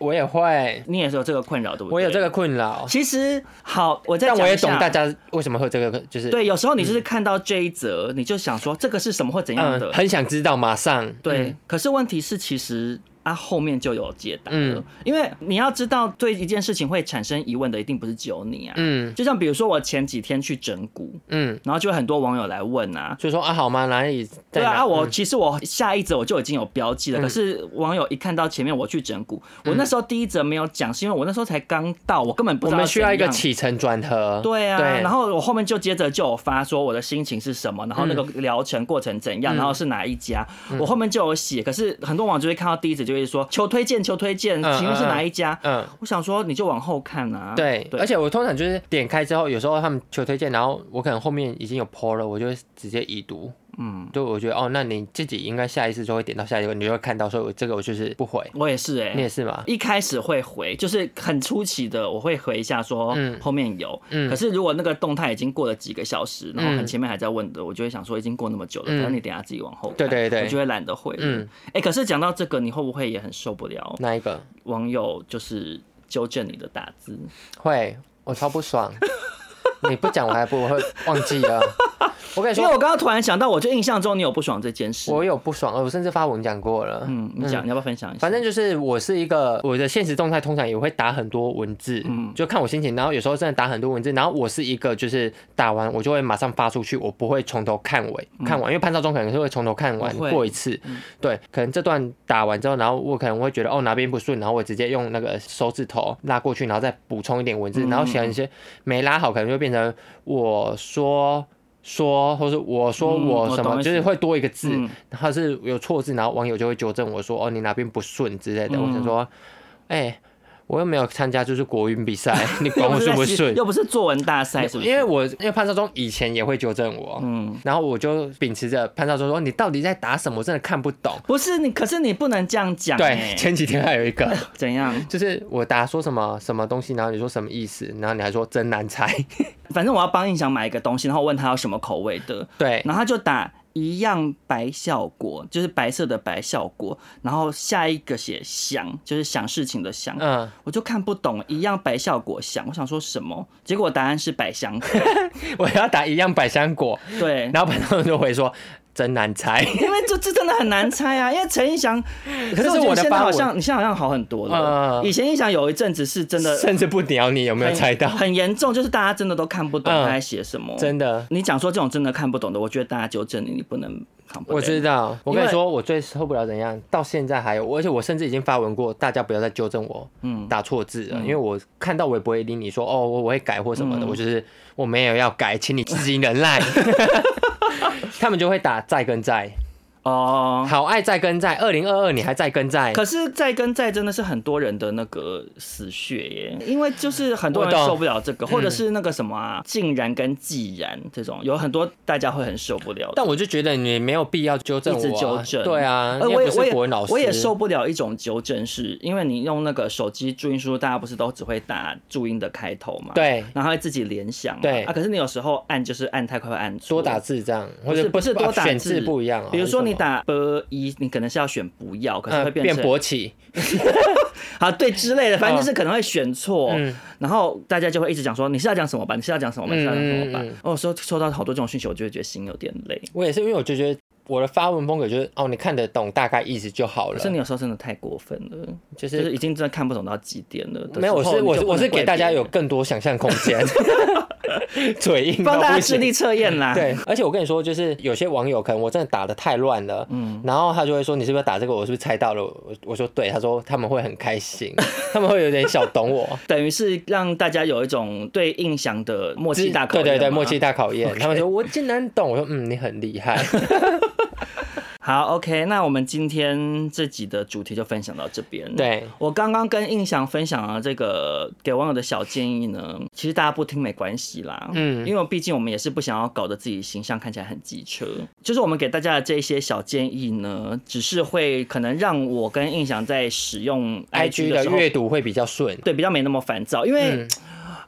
S1: 我也会，
S2: 你也是有这个困扰，对不对？
S1: 我有这个。困扰，
S2: 其实好，我再
S1: 但
S2: 讲
S1: 我也
S2: 一下
S1: 懂大。家为什么会有这个，就是
S2: 对，有时候你就是看到这一则，你就想说这个是什么或怎
S1: 嗯
S2: 样的，，
S1: 很想知道，马上
S2: 对，
S1: 嗯
S2: 可是问题是，其实啊后面就有解答了，
S1: 嗯
S2: 因为你要知道，对一件事情会产生疑问的，一定不是只有你啊。
S1: 嗯
S2: 就像比如说，我前几天去整蛊，
S1: 嗯，
S2: 然后就有很多网友来问啊。
S1: 就说啊好吗？哪里在
S2: 对
S1: 哪？
S2: 啊，啊我
S1: 嗯
S2: 其实我下一则我就已经有标记了，可是网友一看到前面我去整蛊，我那时候第一则没有讲，是因为我那时候才刚到，我根本
S1: 嗯
S2: 不
S1: 我
S2: 知道
S1: 们需要一个
S2: 怎样
S1: 起承转合，
S2: 对啊，
S1: 对，
S2: 然后我后面就接着就有发说我的心情是什么，然后那个
S1: 嗯
S2: 疗程过程怎样，然后是哪一家，我后面就有写。可是很多网友就会看到第一则就会说求推荐，求推荐，
S1: 嗯
S2: 请问是哪一家？
S1: 嗯。
S2: 我想说你就往后看啊。
S1: 对，
S2: 对，
S1: 而且我通常就是点开之后，有时候他们求推荐，然后我可能后面已经有 PO 了，我就会直接已读。
S2: 嗯，
S1: 对，我觉得哦，那你自己应该下一次就会点到下一个，你就会看到，所以我这个我就是不回。
S2: 我也是哎、
S1: 你也是吗？
S2: 一开始会回，就是很出奇的，我会回一下说
S1: 嗯
S2: 后面有。
S1: 嗯
S2: 可是如果那个动态已经过了几个小时，然后
S1: 嗯
S2: 很前面还在问的，我就会想说已经过那么久了，
S1: 嗯
S2: 反正你等一下自己往后看。
S1: 对对对
S2: 我就会懒得回。
S1: 嗯
S2: 嗯，哎，可是讲到这个，你会不会也很受不了？
S1: 哪一个？
S2: 网友就是纠正你的打字，
S1: 会，我超不 爽。你不讲我还不会忘记了。我跟你
S2: 因为
S1: 说，
S2: 我刚刚突然想到，我就印象中你有不爽这件事。
S1: 我有不爽，我甚至发文讲过了。
S2: 嗯，你讲，你要不要分享一下？
S1: 反正就是我是一个我的现实动态通常也会打很多文字，
S2: 嗯
S1: 就看我心情，然后有时候真的打很多文字，然后我是一个就是打完我就会马上发出去，我不会从头看尾看完，因为潘少忠可能是会从头看完
S2: 我嗯会嗯
S1: 过一次，对，可能这段打完之后，然后我可能会觉得哦哪边不顺，然后我直接用那个手指头拉过
S2: 嗯
S1: 去，然后再补充一点文字，然后写一些没拉好，可能就变成我说。说，或是我说
S2: 嗯
S1: 我
S2: 我
S1: 什么，
S2: 懂意思
S1: 就是会多一个字
S2: 嗯，
S1: 它是有错字，然后网友就会纠正我说，哦，你哪边不顺之
S2: 嗯
S1: 类的。我想说，哎，我又没有参加就是国运比 赛，你管我顺不顺？
S2: 又不是作文大赛，是不是？
S1: 因为我因为潘少忠以前也会纠正我，
S2: 嗯，
S1: 然后我就秉持着潘少忠说你到底在打什么，我真的看不懂。
S2: 不是你，可是你不能这样讲、
S1: 对，
S2: 欸。，
S1: 前几天还有一个，
S2: 怎样？
S1: 就是我答说什么什么东西，然后你说什么意思，然后你还说真难猜，
S2: 反正我要帮印象买一个东西，然后问他要什么口味的，
S1: 对，
S2: 然后他就打一样白效果，就是白色的白效果，然后下一个写想，就是想事情的想。
S1: 嗯，
S2: 我就看不懂，一样白效果想，我想说什么？结果答案是百香果。
S1: 我要打一样百香果，
S2: 对，
S1: 然后潘少忠就回说真难猜，
S2: 因为这这真的很难猜啊，因为陈意翔，可
S1: 是
S2: 我觉
S1: 我的
S2: 得现在
S1: 发
S2: 好
S1: 文
S2: 像你现在好像好很多了。
S1: 嗯
S2: 以前意翔有一阵子是真的
S1: 甚至不鸟你有没有
S2: 很
S1: 猜到，
S2: 很严重，就是大家真的都看不懂
S1: 嗯
S2: 他在写什么。
S1: 真的。
S2: 你讲说这种真的看不懂的，我觉得大家纠正你，你不能扛不
S1: 我
S2: 对
S1: 知道，我跟
S2: 因
S1: 你
S2: 为
S1: 说，我最受不了怎样，到现在还有，而且我甚至已经发文过，大家不要再纠正我，
S2: 嗯嗯
S1: 打错字了，因为我看到我也不会理你说哦，我我会改或什么的，我就是我没有要改，请你自己忍 耐。他们就会打在跟在，
S2: 哦。
S1: 好爱在跟在，二零二二你还在跟在，
S2: 可是再跟再真的是很多人的那个死穴耶，因为就是很多人
S1: 我懂嗯
S2: 受不了这个，或者是那个什么啊，竟然跟既然这种，有很多大家会很受不了的。
S1: 但我就觉得你没有必要纠正
S2: 一
S1: 我、啊，
S2: 直纠正，
S1: 对啊，
S2: 呃
S1: 你又
S2: 我也
S1: 不
S2: 我
S1: 是
S2: 也
S1: 国文老师，
S2: 我也受不了一种纠正是，因为你用那个手机注音输入，大家不是都只会打注音的开头嘛？，
S1: 对。
S2: 然后会自己联想嘛，
S1: 对
S2: 啊，可是你有时候按就是按太快会按错，
S1: 多打字这样，或
S2: 不
S1: 者
S2: 是不是多打
S1: 选字不一样哦、
S2: 比如说你
S1: 还
S2: 打 b 一，你可能是要选不要，可
S1: 是什么，
S2: 是
S1: 呃，
S2: 会
S1: 变
S2: 成
S1: 勃起，
S2: 啊对之类的，反正就是
S1: 嗯
S2: 可能会选错，然后大家就会一直讲说你是要讲什么吧，你是要讲什么吧，你是要讲什么吧
S1: 嗯
S2: 哦
S1: 嗯嗯。
S2: 我有时候收到好多这种讯息，我就会觉得心有点累。
S1: 我也是，因为我就觉得我的发文风格就是哦，你看得懂大概意思就好了
S2: 可。是你有时候真的太过分了，
S1: 就
S2: 就是
S1: 是
S2: 已经真的看不懂到极点了。
S1: 没有，我是我是我是给大家有更多想象空 间，嘴硬到
S2: 帮大
S1: 不
S2: 家智
S1: 行。
S2: 力啊测验啦。
S1: 对，而且我跟你说，就是有些网友可能我真的打的太乱了，嗯，然后他就会说你是不是打这个，我是不是猜到了？我我说对，他说他们会很开 心，他们会有点小懂我，
S2: 等于是让大家有一种对印象的默契大考
S1: 对
S2: 验
S1: 对对，
S2: 嘛
S1: 默契。大考验。他们说我竟然懂，我说嗯，你很厉害。
S2: 好，OK，那我们今天这集的主题就分享到这边。。
S1: 对，
S2: 我刚刚跟印象分享了这个给网友的小建议呢，其实大家不听没关系啦，
S1: 嗯
S2: 嗯，因为毕竟我们也是不想要搞得自己形象看起来很机车。就是我们给大家的这些小建议呢，只是会可能让我跟印象在使用
S1: IG 的
S2: 时候
S1: 阅读会比较顺。
S2: 对比较没那么烦躁，因为、
S1: 嗯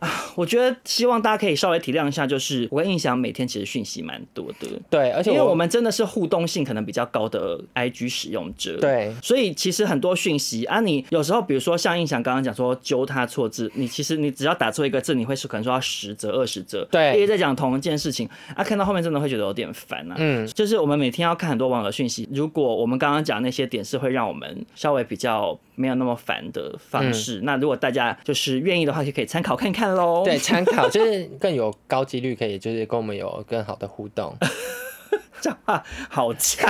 S2: 啊，我觉得希望大家可以稍微体谅一下，就是我跟印象每天其实讯息蛮多的。
S1: 对，而且
S2: 因为我们真的是互动性可能比较高的 IG 使用者，
S1: 对
S2: 所以其实很多讯息啊，你有时候比如说像印象刚刚讲说揪他错字，你其实你只要打错一个字，你会是可能说要十折二十折，
S1: 对
S2: 一直在讲同一件事情啊，看到后面真的会觉得有点烦啊，
S1: 嗯，
S2: 就是我们每天要看很多网友的讯息，如果我们刚刚讲那些点是会让我们稍微比较没有那么烦的方式，那如果大家就是愿意的话，就可以参考看看喽。
S1: 嗯 对，参考就是更有高几率可以，就是跟我们有更好的互 动。
S2: 讲话好 强，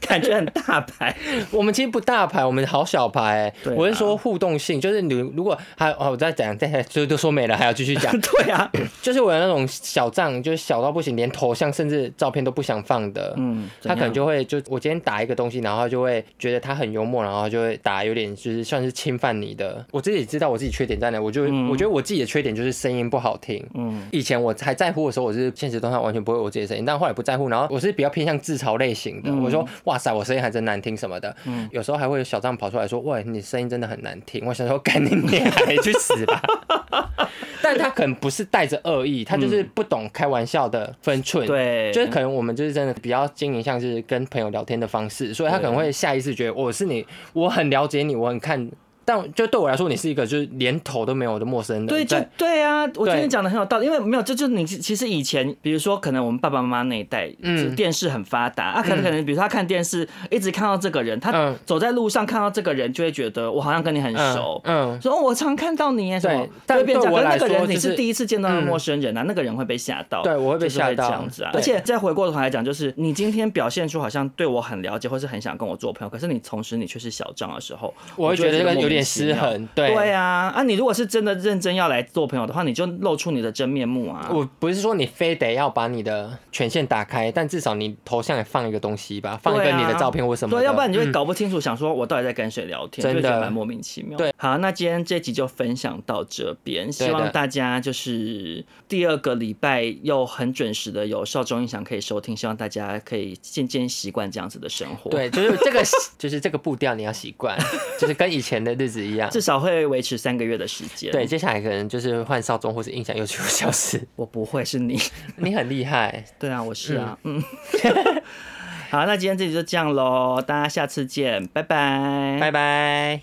S2: 感觉很大牌。
S1: 我们其实不大牌，我们好小牌、欸。
S2: 对啊。
S1: 我是说互动性，就是你如果还哦，我再讲，再就都说没了，还要继续讲
S2: 对啊，
S1: 就是我有那种小账，就是小到不行，连头像甚至照片都不想放的。
S2: 嗯，
S1: 他可能
S2: 怎样
S1: 就会就我今天打一个东西，然后他就会觉得他很幽默，然后就会打有点就是算是侵犯你的。我自己知道我自己缺点在哪，我就、
S2: 嗯
S1: 我觉得我自己的缺点就是声音不好听。
S2: 嗯，
S1: 以前我还在乎的时候，我是现实动态完全不会我自己的声音，但后来不在乎，然后我是比较偏向自嘲类型
S2: 嗯
S1: 的。我说哇塞，我声音还真难听什么的。有时候还会有小张跑出来说，喂，你声音真的很难听。我想说，赶紧你还去死吧！ 但他可能不是带着恶意，他
S2: 嗯
S1: 就是不懂开玩笑的分寸。。
S2: 对，
S1: 就是可能我们就是真的比较经营像是跟朋友聊天的方式，所以他可能会下意识觉得我是你，我很了解你，我很看，但就对我来说，你是一个就是连头都没有的陌生人。
S2: 对，就对啊，我觉得
S1: 对
S2: 你讲的很有道理，因为没有，这就是你其实以前，比如说可能我们爸爸妈妈那一代，
S1: 嗯
S2: 嗯，电视很发达啊，可能可能比如说他看电视，一直看到这个人，他
S1: 嗯
S2: 走在路上看到这个人，就会觉得我好像跟你很
S1: 嗯
S2: 熟。
S1: 嗯，
S2: 说哦我常看到你耶什么
S1: 对，
S2: 就
S1: 但
S2: 会变这
S1: 对
S2: 样。可
S1: 我
S2: 是那
S1: 来
S2: 个
S1: 说
S2: 人
S1: 就
S2: 你
S1: 是嗯
S2: 是第一次见到的陌生人啊，那个人会被吓到。
S1: 对我会被
S2: 就是
S1: 吓到
S2: 这样子啊。
S1: 对
S2: 而且再回过头来讲，就是你今天表现出好像对我很了解，或是很想跟我做朋友，可是你同时你却是小张的时候，
S1: 我会觉得这个有
S2: 就莫
S1: 点
S2: 奇
S1: 失
S2: 妙。
S1: 衡，对
S2: 对啊，啊，你如果是真的认真要来做朋友的话，你就露出你的真面目啊！
S1: 我不是说你非得要把你的权限打开，但至少你头像也放一个东西吧，放一
S2: 对
S1: 个
S2: 啊
S1: 你的照片或什么的。
S2: 对，要不然你就会
S1: 嗯
S2: 搞不清楚，想说我到底在跟谁聊天，
S1: 真的
S2: 就会觉得蛮莫名其妙。
S1: 对，
S2: 好，那今天这集就分享到这边，希
S1: 对
S2: 望
S1: 的
S2: 大家就是第二个礼拜又很准时的有少中音响可以收听，希望大家可以渐渐习惯这样子的生活。。
S1: 对，就是这个就是这个步调你要习惯， 就是跟以前的日子一样。
S2: 至少会维持三个月的时间。
S1: 对，，接下来可能就是换少中或是印象又去又消失。
S2: 我不会是你。
S1: 你很厉害，
S2: 对啊，我是啊，嗯。 好，那今天这集就这样喽，大家下次见，拜拜，
S1: 拜拜。